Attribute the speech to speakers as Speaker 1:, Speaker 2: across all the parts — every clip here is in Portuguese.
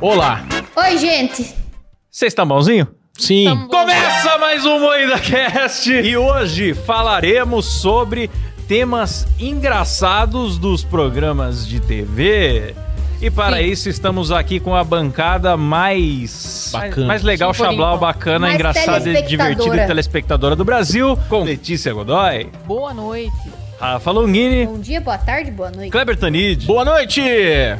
Speaker 1: Olá,
Speaker 2: Oi, gente.
Speaker 1: vocês estão bonzinho?
Speaker 3: Sim.
Speaker 4: Tamo bom.
Speaker 1: Começa mais um Moída Cast e hoje falaremos sobre temas engraçados dos programas de TV. E para
Speaker 4: Sim.
Speaker 1: isso estamos aqui com a bancada mais
Speaker 3: Bacana.
Speaker 1: mais legal,
Speaker 4: Sim, por
Speaker 1: chablau,
Speaker 4: enquanto.
Speaker 1: bacana,
Speaker 2: Mais
Speaker 1: engraçada, e
Speaker 2: telespectadora.
Speaker 1: divertida e telespectadora do Brasil, com Letícia Godoy,
Speaker 4: Boa noite.
Speaker 1: Rafa Longini,
Speaker 2: Bom dia, boa tarde, boa noite.
Speaker 1: Ah, Kleber Tanid.
Speaker 3: Boa noite!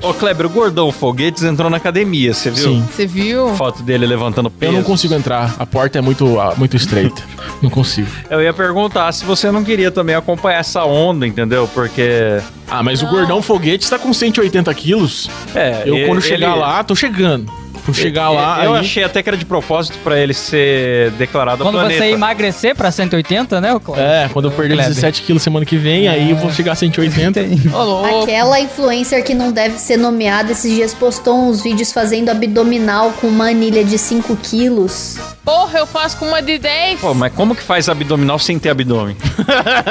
Speaker 1: Ô Kleber, o gordão foguetes entrou na academia, você viu?
Speaker 3: Sim.
Speaker 4: Você viu?
Speaker 1: Foto dele levantando peso.
Speaker 3: Eu não consigo entrar. A porta é muito, ah, muito estreita. não consigo.
Speaker 1: Eu ia perguntar se você não queria também acompanhar essa onda, entendeu? Porque.
Speaker 3: Ah, mas o
Speaker 4: Não.
Speaker 3: gordão foguete está com 180 quilos.
Speaker 1: É,
Speaker 3: Eu,
Speaker 1: e-
Speaker 3: quando
Speaker 1: ele-
Speaker 3: chegar lá, tô chegando. Quando chegar
Speaker 1: eu-
Speaker 3: lá,
Speaker 1: Eu
Speaker 3: aí-
Speaker 1: achei até que era de propósito pra ele ser declarado
Speaker 5: Quando
Speaker 1: ao planeta.
Speaker 5: você emagrecer pra 180, né, o Cláudio?
Speaker 3: É, quando eu perder
Speaker 5: Kleber.
Speaker 3: 17 quilos semana que vem, aí eu vou
Speaker 2: É.
Speaker 3: chegar a 180.
Speaker 4: Ô, louco.
Speaker 2: Aquela influencer que não deve ser nomeada esses dias postou uns vídeos fazendo abdominal com uma anilha de 5 quilos.
Speaker 4: é- Porra, eu faço com uma de 10.
Speaker 1: Pô, mas como que faz abdominal sem ter abdômen?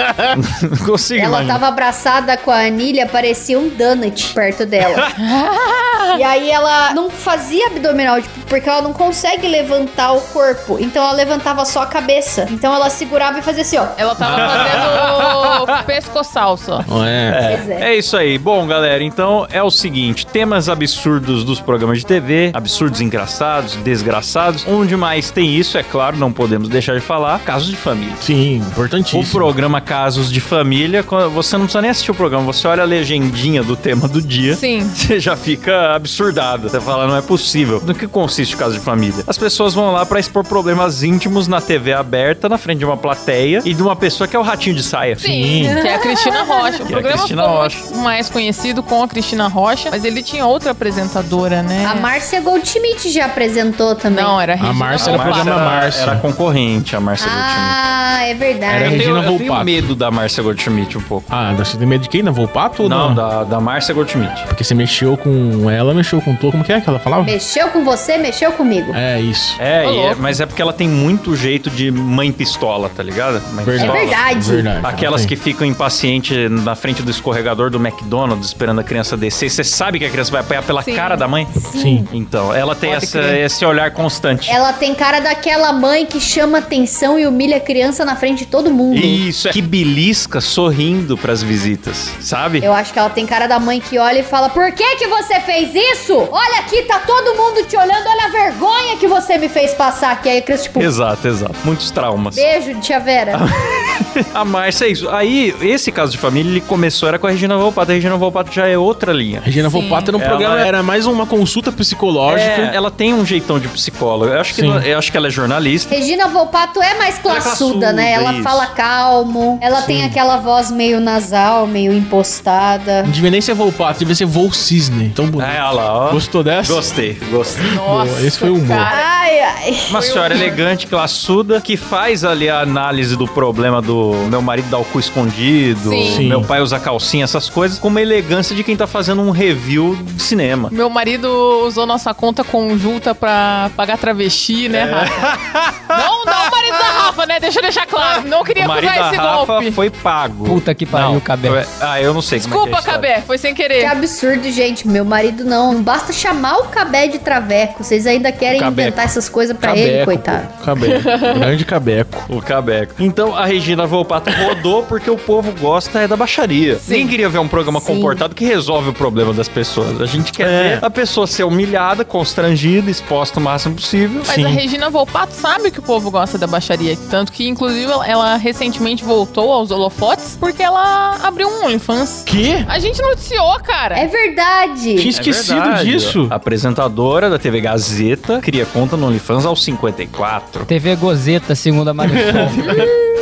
Speaker 1: não consigo
Speaker 2: Ela
Speaker 1: imaginar.
Speaker 2: tava abraçada com a anilha, parecia um donut perto dela. e aí ela não fazia abdominal, tipo, porque ela não consegue levantar o corpo. Então ela levantava só a cabeça. Então ela segurava e fazia assim, ó.
Speaker 4: Ela tava fazendo pescoçal só.
Speaker 3: é.
Speaker 2: Pois é.
Speaker 1: É isso aí. Bom, galera, então é o seguinte: temas absurdos dos programas de TV, absurdos engraçados, desgraçados. Onde mais tem isso, é claro, não podemos deixar de falar: casos de família.
Speaker 3: Sim,
Speaker 1: O
Speaker 3: importantíssimo.
Speaker 1: programa Casos de Família, quando- você não precisa nem assistir o programa, você olha a legendinha do tema do dia.
Speaker 4: Sim.
Speaker 1: Você já fica absurdado. Você fala, não é possível. Do que consiste o caso de família? As pessoas vão lá pra expor problemas íntimos na TV aberta, na frente de uma plateia e de uma pessoa que é o ratinho de saia.
Speaker 4: Sim.
Speaker 3: Sim.
Speaker 4: Que é a Cristina
Speaker 1: Que
Speaker 4: Rocha. O
Speaker 1: é a
Speaker 4: programa
Speaker 1: Cristina
Speaker 4: ficou
Speaker 1: Rocha.
Speaker 4: muito mais conhecido com a Cristina Rocha, mas ele tinha outra apresentadora, né?
Speaker 2: A Márcia Goldschmidt já apresentou também.
Speaker 4: Não, é era a Regina
Speaker 3: Márcia era
Speaker 1: A
Speaker 3: o
Speaker 4: Volpato.
Speaker 1: Márcia
Speaker 3: programa
Speaker 1: era,
Speaker 3: Márcia.
Speaker 1: era concorrente, a Márcia Goldschmidt.
Speaker 2: Ah, é
Speaker 3: Era
Speaker 2: verdade.
Speaker 1: Eu tenho-
Speaker 3: Regina
Speaker 1: eu tenho
Speaker 3: Volpato.
Speaker 1: medo da Márcia Goldschmidt um pouco.
Speaker 3: Ah, você tem medo de quem? Da Volpato ou
Speaker 1: não,
Speaker 3: não?
Speaker 1: da, da Márcia Goldschmidt.
Speaker 3: Porque você mexeu com ela, mexeu com todo. Como que é que ela falava?
Speaker 2: Mexeu com você, mexeu comigo.
Speaker 3: É, isso.
Speaker 1: É,
Speaker 4: Ô,
Speaker 1: e é-
Speaker 4: louco.
Speaker 1: mas é porque ela tem muito jeito de mãe pistola, tá ligado? Mãe
Speaker 2: É
Speaker 1: pistola.
Speaker 2: verdade.
Speaker 3: Verdade.
Speaker 1: Aquelas
Speaker 3: Sim.
Speaker 1: que ficam impacientes na frente do escorregador do McDonald's esperando a criança descer. Você sabe que a criança vai apanhar pela
Speaker 4: Sim.
Speaker 1: cara da mãe?
Speaker 3: Sim.
Speaker 1: Então, ela tem
Speaker 4: Pode
Speaker 1: essa-
Speaker 4: crer.
Speaker 1: esse olhar constante.
Speaker 2: Ela tem cara daquela mãe que chama atenção e humilha a criança na frente de todo mundo.
Speaker 1: Isso, é. que belisca sorrindo pras visitas, sabe?
Speaker 2: Eu acho que ela tem cara da mãe que olha e fala: Por que que você fez isso? Olha aqui, tá todo mundo te olhando, olha a vergonha que você me fez passar. Que aí a criança, tipo,
Speaker 1: Exato, Ah. exato. Muitos traumas.
Speaker 2: beijo, tia Vera.
Speaker 1: A Márcia é isso. Aí, esse caso de família, ele começou, era com a Regina Volpato. A Regina Volpato já é outra linha.
Speaker 3: Regina
Speaker 4: Sim.
Speaker 3: Volpato era um
Speaker 1: Ela
Speaker 3: programa,
Speaker 1: é-
Speaker 3: era mais uma consulta
Speaker 1: É,
Speaker 3: psicológica.
Speaker 1: ela tem um jeitão de psicóloga. Eu acho que,
Speaker 3: Sim.
Speaker 1: não- eu acho que ela é jornalista.
Speaker 2: Regina Volpato é mais
Speaker 1: Ela é classuda,
Speaker 2: classuda, né? Ela
Speaker 1: isso.
Speaker 2: fala calmo, ela tem aquela voz meio nasal, meio impostada.
Speaker 3: Não devia nem ser Volpato, devia ser Vol Cisne. Tão bonito.
Speaker 1: É, olha lá, ó.
Speaker 3: Gostou dessa?
Speaker 1: Gostei, gostei.
Speaker 4: Nossa,
Speaker 3: Boa, esse foi o humor.
Speaker 4: cara.
Speaker 2: Ai, ai.
Speaker 1: Uma senhora elegante, classuda, que faz ali a análise do problema do meu marido dar o cu escondido,
Speaker 4: Sim.
Speaker 3: Sim.
Speaker 1: meu pai usa calcinha, essas coisas, com uma elegância de quem tá fazendo um review de cinema.
Speaker 4: Meu marido usou nossa conta conjunta pra pagar travesti, né, Rafa? Não, não o marido da Rafa, né? Deixa eu deixar claro. Não queria
Speaker 1: O marido
Speaker 4: acusar
Speaker 1: da
Speaker 4: esse
Speaker 1: Rafa
Speaker 4: golpe.
Speaker 1: foi
Speaker 3: É.
Speaker 1: pago.
Speaker 5: Puta que pariu,
Speaker 1: Não,
Speaker 5: Cabé.
Speaker 1: eu- Ah, eu não sei como é que é a
Speaker 4: Desculpa,
Speaker 1: história.
Speaker 4: Cabé, foi sem
Speaker 2: Que
Speaker 4: querer.
Speaker 2: absurdo, gente. Meu marido não. Não basta chamar o Cabé de traveco. Vocês ainda querem
Speaker 3: Cabeco.
Speaker 2: inventar essas coisas pra
Speaker 3: Cabeco,
Speaker 2: ele,
Speaker 3: pô.
Speaker 2: Tá coitado.
Speaker 3: Cabeco. Grande cabeco.
Speaker 1: O Cabeco. Então a Regina Volpato rodou porque o povo gosta é da baixaria.
Speaker 4: Sim.
Speaker 1: Ninguém queria ver um programa
Speaker 2: Sim.
Speaker 1: comportado que resolve o problema das pessoas. A gente quer
Speaker 3: É.
Speaker 1: ver a pessoa ser humilhada, constrangida, exposta o máximo possível.
Speaker 4: Mas a Regina Volpato sabe que o povo gosta da baixaria. Tanto que, inclusive, ela- ela recentemente voltou aos holofotes porque ela abriu um OnlyFans.
Speaker 3: Que?
Speaker 4: A gente noticiou, cara.
Speaker 2: É verdade.
Speaker 3: Tinha
Speaker 1: É
Speaker 3: esquecido
Speaker 1: verdade.
Speaker 3: disso.
Speaker 1: A apresentadora da TV Gazeta cria conta no OnlyFans aos 54.
Speaker 5: TV Gozeta, segundo a Marisol.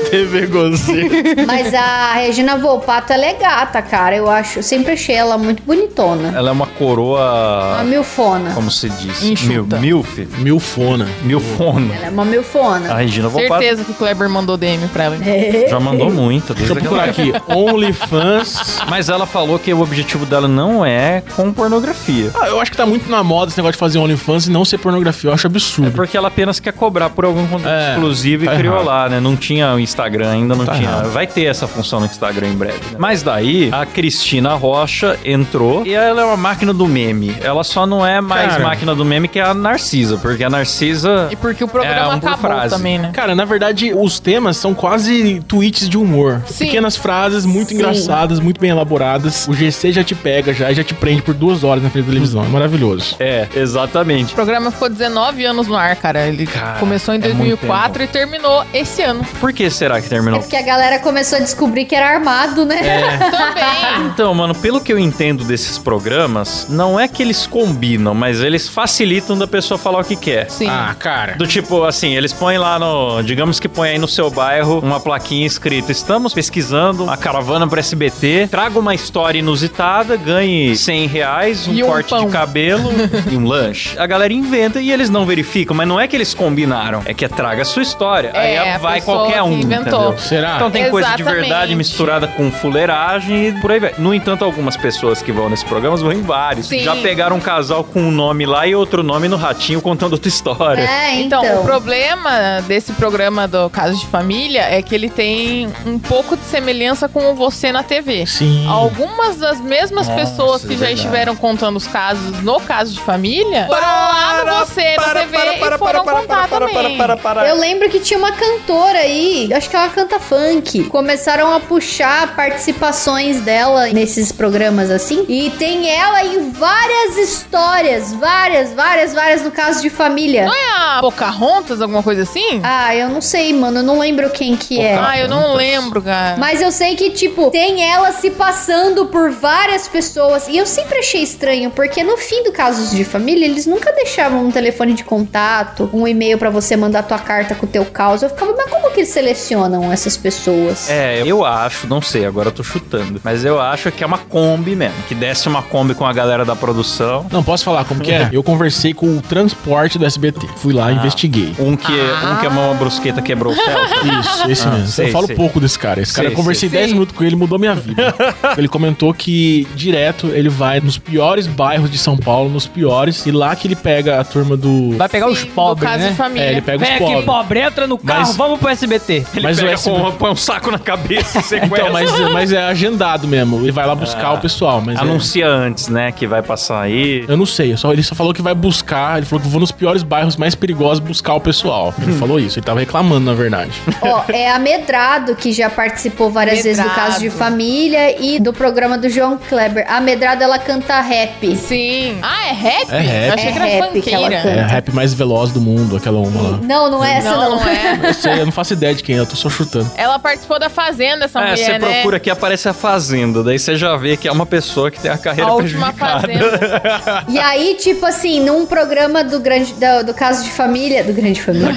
Speaker 3: TV Gozeta.
Speaker 2: Mas a Regina Volpato, ela é gata, cara. Eu acho. Eu sempre achei ela muito bonitona.
Speaker 1: Ela é uma
Speaker 2: Uma
Speaker 1: coroa.
Speaker 2: milfona.
Speaker 1: Como se diz?
Speaker 4: Enxuta.
Speaker 1: Mil, milf?
Speaker 3: Milfona.
Speaker 1: Milfona.
Speaker 2: Ela é uma
Speaker 1: A
Speaker 2: milfona.
Speaker 1: Regina Volpato
Speaker 4: Certeza que o Kleber mandou DM pra ela. então.
Speaker 2: É.
Speaker 1: já mandou muito. Desde
Speaker 3: Deixa eu
Speaker 1: aquela
Speaker 3: procurar
Speaker 1: época.
Speaker 3: aqui. OnlyFans.
Speaker 1: Mas ela falou que o objetivo dela não é com pornografia.
Speaker 3: Ah, eu acho que tá muito na moda esse negócio de fazer OnlyFans e não ser pornografia. Eu acho
Speaker 1: É
Speaker 3: absurdo.
Speaker 1: porque ela apenas quer cobrar por algum conteúdo
Speaker 3: É,
Speaker 1: exclusivo e
Speaker 3: tá
Speaker 1: criou
Speaker 3: errado.
Speaker 1: lá, né? Não tinha o Instagram ainda não
Speaker 3: Tá
Speaker 1: tinha.
Speaker 3: errado.
Speaker 1: Vai ter essa função no Instagram em breve. né? Mas daí, a Cristina Rocha entrou e ela é uma máquina do meme. Ela só não é mais
Speaker 3: Cara.
Speaker 1: máquina do meme que é a Narcisa, porque a Narcisa.
Speaker 4: E porque o programa
Speaker 1: É, um por
Speaker 4: acabou
Speaker 1: frase.
Speaker 4: também, né?
Speaker 3: Cara, na verdade, os temas são quase tweets de humor.
Speaker 4: Sim.
Speaker 3: Pequenas frases muito
Speaker 2: Sim.
Speaker 3: engraçadas, muito bem elaboradas. O GC já te pega, já, e já te prende por duas horas na frente da televisão. É maravilhoso.
Speaker 1: É, exatamente.
Speaker 4: O programa ficou 19 anos no ar, cara. Ele
Speaker 3: Cara,
Speaker 4: começou em
Speaker 3: é muito
Speaker 4: 2004 e terminou esse ano.
Speaker 1: Por que será que
Speaker 2: É
Speaker 1: terminou?
Speaker 2: porque a galera começou a descobrir que era armado, né?
Speaker 3: É,
Speaker 4: Também.
Speaker 1: Então, mano, pelo que eu entendo desses programas, não é que eles combinam, mas eles facilitam da pessoa falar o que quer.
Speaker 4: Sim.
Speaker 3: Ah, cara.
Speaker 1: Do tipo, assim, eles põem lá no. Digamos que põe aí no seu bairro uma plaquinha escrita: Estamos pesquisando a caravana para SBT, traga uma história inusitada, ganhe 100 reais, um
Speaker 4: E um
Speaker 1: corte
Speaker 4: pão."
Speaker 1: de cabelo e um lanche. A galera inventa e eles não verificam, mas não é que eles combinaram, é que é traga a sua história.
Speaker 4: É,
Speaker 1: aí
Speaker 4: a
Speaker 1: vai
Speaker 4: pessoa
Speaker 1: qualquer
Speaker 4: que
Speaker 1: um.
Speaker 4: inventou.
Speaker 1: Entendeu?
Speaker 3: Será?
Speaker 1: Então tem coisa de
Speaker 4: Exatamente.
Speaker 1: verdade misturada com fuleiragem e por aí vai. No entanto, algumas pessoas que vão nesse programa vão em vários.
Speaker 4: Sim.
Speaker 1: Já pegaram um casal com um nome lá e outro nome no ratinho contando outra história.
Speaker 2: É,
Speaker 4: Então,
Speaker 2: então.
Speaker 4: o problema desse programa do Caso de Família é que ele tem um pouco de semelhança com o Você na TV.
Speaker 3: Sim.
Speaker 4: Algumas das mesmas
Speaker 3: Nossa,
Speaker 4: pessoas que
Speaker 3: é
Speaker 4: já
Speaker 3: verdade.
Speaker 4: estiveram contando os casos no Caso de Família foram lá no Você na TV e foram contar também.
Speaker 2: Eu lembro que tinha uma cantora aí, eu acho que ela canta funk. Começaram a puxar participações dela nesses programas assim. E tem ela em várias histórias, várias, várias, várias no caso de família.
Speaker 4: Não é a Pocahontas, alguma coisa assim?
Speaker 2: Ah, eu não sei, mano, eu não lembro quem que é.
Speaker 4: Ah, eu não lembro, cara.
Speaker 2: Mas eu sei que, tipo, tem ela se passando por várias pessoas. E eu sempre achei estranho, porque no fim do Casos de Família, eles nunca deixavam um telefone de contato, um e-mail pra você mandar tua carta com o teu caos. Eu ficava, mas como que eles selecionam essas pessoas?
Speaker 1: É, eu acho, não sei, agora eu tô chutando, mas eu acho que é uma Kombi mesmo. Que desce uma Kombi com a galera da produção.
Speaker 3: Não, posso falar como que é? Eu conversei com o transporte do SBT. Fui lá, investiguei.
Speaker 1: Um que, um que a mão brusqueta quebrou o céu.
Speaker 3: Isso, esse
Speaker 1: Ah,
Speaker 3: mesmo.
Speaker 1: sei,
Speaker 3: eu falo
Speaker 1: sei.
Speaker 3: pouco desse cara. Esse cara,
Speaker 1: Sei,
Speaker 3: eu conversei
Speaker 4: sei.
Speaker 3: 10
Speaker 4: Sim.
Speaker 3: minutos com ele, mudou minha vida. ele comentou que direto ele vai nos piores bairros de São Paulo, nos piores, e lá que ele pega a turma do.
Speaker 5: Vai pegar os
Speaker 4: Sim, do
Speaker 5: pobres,
Speaker 4: Caso
Speaker 5: né?
Speaker 4: de Família.
Speaker 3: É, ele pega os
Speaker 5: Vem aqui,
Speaker 3: pobres.
Speaker 5: pobre, entra no carro,
Speaker 3: Mas-
Speaker 5: vamos pro SBT.
Speaker 1: Ele
Speaker 3: Mas o
Speaker 1: pega
Speaker 3: SB
Speaker 1: com uma- põe um saco na cabeça e sequestra.
Speaker 3: Então, mas, mas é agendado mesmo. Ele vai lá buscar o pessoal. Mas é-
Speaker 1: Anuncia antes, né, que vai passar aí.
Speaker 3: Eu não sei, eu só- ele só falou que vai buscar, ele falou que vou nos piores bairros mais perigosos buscar o pessoal. Ele falou isso, ele tava reclamando, na verdade.
Speaker 2: Ó, é a Medrado, que já participou várias vezes do
Speaker 4: Medrado.
Speaker 2: Caso de Família e do programa do João Kleber. A Medrado, ela canta rap.
Speaker 4: Sim. Ah, é rap?
Speaker 3: É rap.
Speaker 4: Eu achei
Speaker 2: É
Speaker 4: que era
Speaker 2: rap que ela
Speaker 4: funkeira.
Speaker 2: canta.
Speaker 3: É a rap mais veloz do mundo, aquela uma lá.
Speaker 2: Não, não é essa,
Speaker 4: Não,
Speaker 2: não.
Speaker 4: não é.
Speaker 3: Eu sei, eu não faço ideia de quem é, eu tô só chutando.
Speaker 4: Ela participou da Fazenda, essa
Speaker 1: É,
Speaker 4: mulher,
Speaker 1: você
Speaker 4: né?
Speaker 1: procura aqui, aparece a Fazenda. Daí você já vê que é uma pessoa que tem a carreira
Speaker 4: a última
Speaker 1: prejudicada.
Speaker 4: Fazenda.
Speaker 2: E aí, tipo assim, num programa do grande do, do Caso de Família, do Grande Família,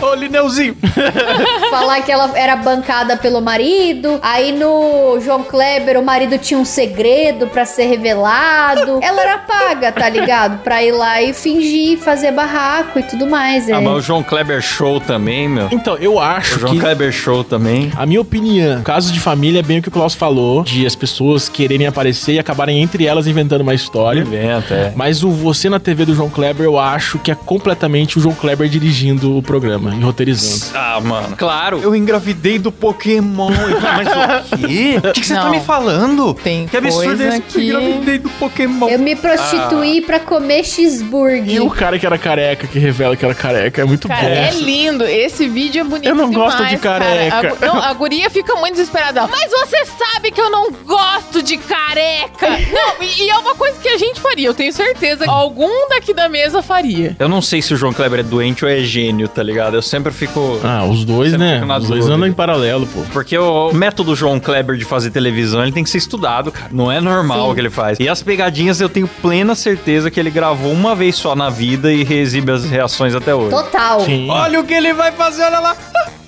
Speaker 3: É.
Speaker 1: Ô, Lineuzinho!
Speaker 2: falar que ela era bancada pelo marido. Aí no João Kleber, o marido tinha um segredo pra ser revelado. Ela era paga, tá ligado? Pra ir lá e fingir, fazer barraco e tudo mais. É.
Speaker 1: Ah, mas o João Kleber Show também, meu.
Speaker 3: Então, eu
Speaker 1: O
Speaker 3: acho
Speaker 1: João
Speaker 3: que...
Speaker 1: Kleber Show também.
Speaker 3: A minha opinião, caso de família é bem o que o Klaus falou, de as pessoas quererem aparecer e acabarem entre elas inventando uma história.
Speaker 1: Inventa, é.
Speaker 3: Mas o Você na TV do João Kleber, eu acho que é completamente o João Kleber dirigindo o programa e roteirizando.
Speaker 1: Ah, mano. Claro. Eu engravidei do Pokémon. Eu falei, Mas o quê? O que que você tá
Speaker 4: Não.
Speaker 1: me falando?
Speaker 4: Tem
Speaker 1: que absurdo
Speaker 4: coisa
Speaker 1: é esse que eu
Speaker 4: que-
Speaker 1: engravidei do Pokémon.
Speaker 2: Eu me prostituí pra comer cheeseburger.
Speaker 3: E o cara que era careca, que revela que era careca, é muito
Speaker 4: Cara, é
Speaker 3: bom.
Speaker 4: lindo. Esse vídeo é bonito
Speaker 3: Eu não
Speaker 4: demais,
Speaker 3: gosto de
Speaker 4: cara.
Speaker 3: careca.
Speaker 4: A gu- não, a guria fica muito desesperada. Mas você sabe que eu não gosto de careca. Não, e, e é uma coisa que a gente faria. Eu tenho certeza que algum daqui da mesa faria.
Speaker 1: Eu não sei se o João Kleber é doente ou é gênio, tá ligado? Eu sempre fico...
Speaker 3: Ah, os dois,
Speaker 1: Sempre
Speaker 3: né?
Speaker 1: fico na
Speaker 3: Os dois
Speaker 1: dúvida.
Speaker 3: andam em paralelo, pô.
Speaker 1: Porque o método João Kleber de fazer televisão, ele tem que ser estudado, cara. Não é normal
Speaker 2: Sim.
Speaker 1: o que ele faz. E as pegadinhas, eu tenho plena certeza que ele gravou uma vez só na vida e reexibe as reações até hoje.
Speaker 2: Total.
Speaker 3: Sim.
Speaker 1: Olha o que ele vai fazer, olha lá.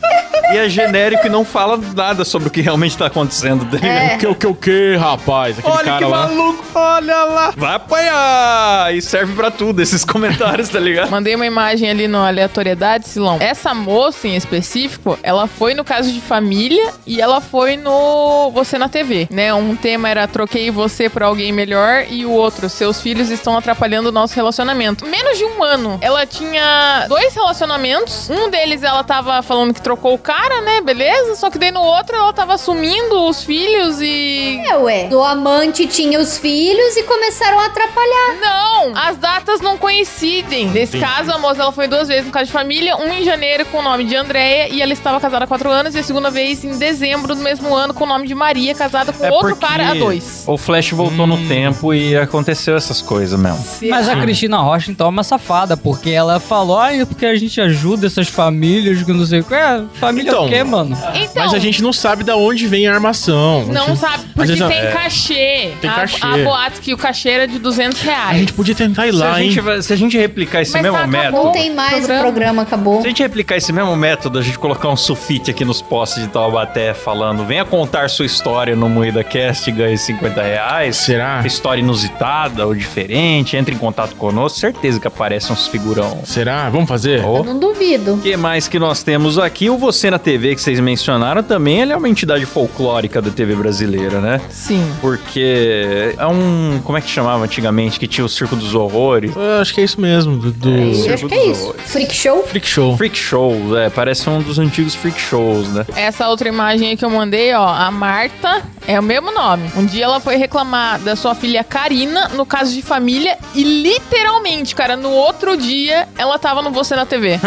Speaker 1: e é genérico e não fala nada sobre o que realmente tá acontecendo. tá ligado?
Speaker 2: É.
Speaker 3: O que, o que, o que, rapaz? Aquele
Speaker 1: Olha
Speaker 3: cara
Speaker 1: que
Speaker 3: lá.
Speaker 1: maluco, olha lá. Vai apanhar! E serve pra tudo esses comentários, tá ligado?
Speaker 4: Mandei uma imagem ali no Aleatoriedade, Silão. Essa moça em específico, ela foi no caso de família e ela foi no Você na TV, né? Um tema era troquei você por alguém melhor e o outro, seus filhos estão atrapalhando o nosso relacionamento. Menos de um ano, ela tinha dois relacionamentos. Um deles ela tava falando que trocou o cara cara, né? Beleza? Só que daí no outro ela tava assumindo os filhos e.
Speaker 2: É, ué. Do amante tinha os filhos e começaram a atrapalhar.
Speaker 4: Não! As datas não coincidem. Nesse
Speaker 3: Entendi.
Speaker 4: caso, a moça ela foi duas vezes no caso de família, um em janeiro com o nome de Andréia e ela estava casada há quatro anos, e a segunda vez em dezembro do mesmo ano com o nome de Maria, casada
Speaker 3: É
Speaker 4: com outro cara há dois.
Speaker 1: É O Flash voltou no tempo e aconteceu essas coisas mesmo.
Speaker 5: Mas a Cristina Rocha, então, é uma safada, porque ela falou, ai, é porque a gente ajuda essas famílias, que não sei o que. É, família
Speaker 3: Então,
Speaker 5: o quê, mano?
Speaker 4: Então,
Speaker 3: Mas a gente não sabe da onde vem a armação. A
Speaker 4: não
Speaker 3: gente-
Speaker 4: sabe,
Speaker 3: Às
Speaker 4: porque
Speaker 3: vezes não-
Speaker 4: tem
Speaker 3: é.
Speaker 4: cachê.
Speaker 3: Tem
Speaker 4: Há-
Speaker 3: cachê.
Speaker 4: Há boatos que o cachê era de 200
Speaker 3: A
Speaker 4: reais.
Speaker 3: gente podia tentar ir
Speaker 1: Se a,
Speaker 3: lá, hein?
Speaker 1: gente, vai- se a gente replicar esse
Speaker 4: Mas
Speaker 1: mesmo
Speaker 4: tá, acabou.
Speaker 1: método.
Speaker 2: Não tem mais,
Speaker 4: Programa.
Speaker 2: o programa acabou.
Speaker 1: Se a gente replicar esse mesmo método, a gente colocar um sulfite aqui nos postes de Taubaté falando: venha contar sua história no Moída Cast e ganhe 50 reais.
Speaker 3: Será?
Speaker 1: História inusitada ou diferente, entre em contato conosco, certeza que aparece uns figurão.
Speaker 3: Será? Vamos fazer?
Speaker 1: Ô.
Speaker 2: Eu não duvido.
Speaker 1: O que mais que nós temos aqui? O Você na TV que vocês mencionaram também, ele é uma entidade folclórica da TV brasileira, né?
Speaker 4: Sim.
Speaker 1: Porque é um. Como é que chamava antigamente? Que tinha o Circo dos Horrores.
Speaker 3: Eu acho que é isso mesmo. Do, do
Speaker 2: Eu
Speaker 1: Circo
Speaker 2: acho que é
Speaker 1: dos
Speaker 2: isso.
Speaker 1: Horrores.
Speaker 2: Freak show?
Speaker 3: Freak Show.
Speaker 1: Freak shows, é, parece um dos antigos freak shows, né?
Speaker 4: Essa outra imagem aí que eu mandei, ó, a Marta é o mesmo nome. Um dia ela foi reclamar da sua filha Karina no caso de família e literalmente, cara, no outro dia ela tava no Você na TV.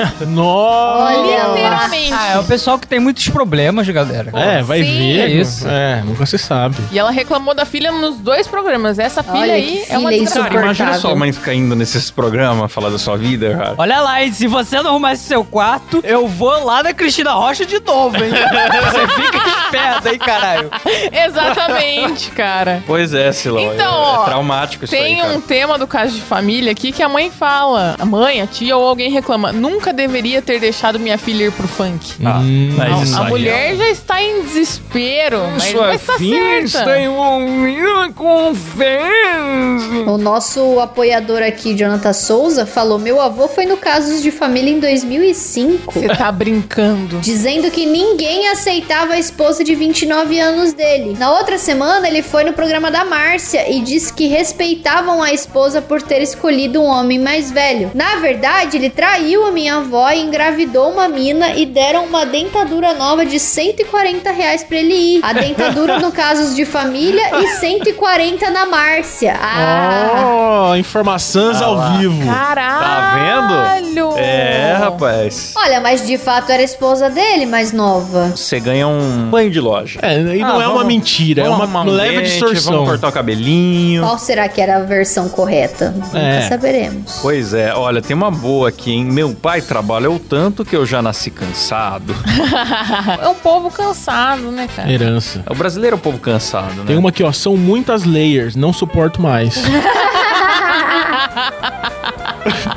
Speaker 3: Nossa!
Speaker 2: Olha lá.
Speaker 4: literalmente.
Speaker 5: Ah, é o pessoal que tem muitos problemas, galera.
Speaker 3: É, vai
Speaker 4: Sim.
Speaker 3: ver.
Speaker 5: É isso.
Speaker 3: É, nunca se sabe.
Speaker 4: E ela reclamou da filha nos dois programas. Essa filha
Speaker 2: Olha
Speaker 4: aí
Speaker 2: que
Speaker 4: é uma
Speaker 2: filha
Speaker 4: desgraça.
Speaker 1: Cara, imagina sua mãe ficar indo nesses programas falar da sua vida, cara.
Speaker 5: Olha lá, e se você não arrumar esse seu quarto, eu vou lá na Cristina Rocha de novo, hein? você fica esperto, hein, caralho.
Speaker 4: Exatamente, cara.
Speaker 1: Pois é, Silão.
Speaker 4: Então,
Speaker 1: é, é
Speaker 4: ó,
Speaker 1: traumático isso aí.
Speaker 4: Tem
Speaker 1: cara.
Speaker 4: um tema do caso de família aqui que a mãe fala, a mãe, a tia ou alguém reclama, nunca deveria ter deixado minha filha ir pro funk.
Speaker 1: Ah,
Speaker 3: Hum.
Speaker 1: mas
Speaker 4: Não,
Speaker 1: isso
Speaker 4: a
Speaker 1: aí,
Speaker 4: mulher já está em desespero, mas, mas tá certa.
Speaker 1: um- envolvida
Speaker 5: um
Speaker 1: com fãs.
Speaker 2: O nosso apoiador aqui, Jonathan Souza, falou: Meu avô foi no Casos de Família em 2005.
Speaker 4: Você tá brincando.
Speaker 2: Dizendo que ninguém aceitava a esposa de 29 anos dele. Na outra semana, ele foi no programa da Márcia e disse que respeitavam a esposa por ter escolhido um homem mais velho. Na verdade, ele traiu a minha avó e engravidou uma mina e deram uma dentadura nova de 140 reais pra ele ir. A dentadura no Casos de Família e 140 na Márcia. Ah!
Speaker 3: Oh, É. informações
Speaker 1: Ah
Speaker 3: ao
Speaker 1: lá.
Speaker 3: vivo.
Speaker 1: Tá
Speaker 4: Caralho!
Speaker 1: É, rapaz.
Speaker 2: Olha, mas de fato era a esposa dele mais nova.
Speaker 1: Você ganha um banho de loja.
Speaker 3: É, e
Speaker 1: Ah,
Speaker 3: não é
Speaker 1: vamos-
Speaker 3: uma mentira, é
Speaker 1: Vamos
Speaker 3: uma,
Speaker 1: arrumar um
Speaker 3: leve
Speaker 1: dente,
Speaker 3: distorção.
Speaker 1: Vamos cortar o cabelinho.
Speaker 2: Qual será que era a versão correta? Nunca
Speaker 3: É.
Speaker 2: saberemos.
Speaker 1: Pois é, olha, tem uma boa aqui, hein? Meu pai trabalhou tanto que eu já nasci cansado.
Speaker 4: É um povo cansado, né, cara?
Speaker 3: Herança.
Speaker 1: O brasileiro é um povo cansado, né?
Speaker 3: Tem uma aqui, ó. São muitas layers, não suporto mais.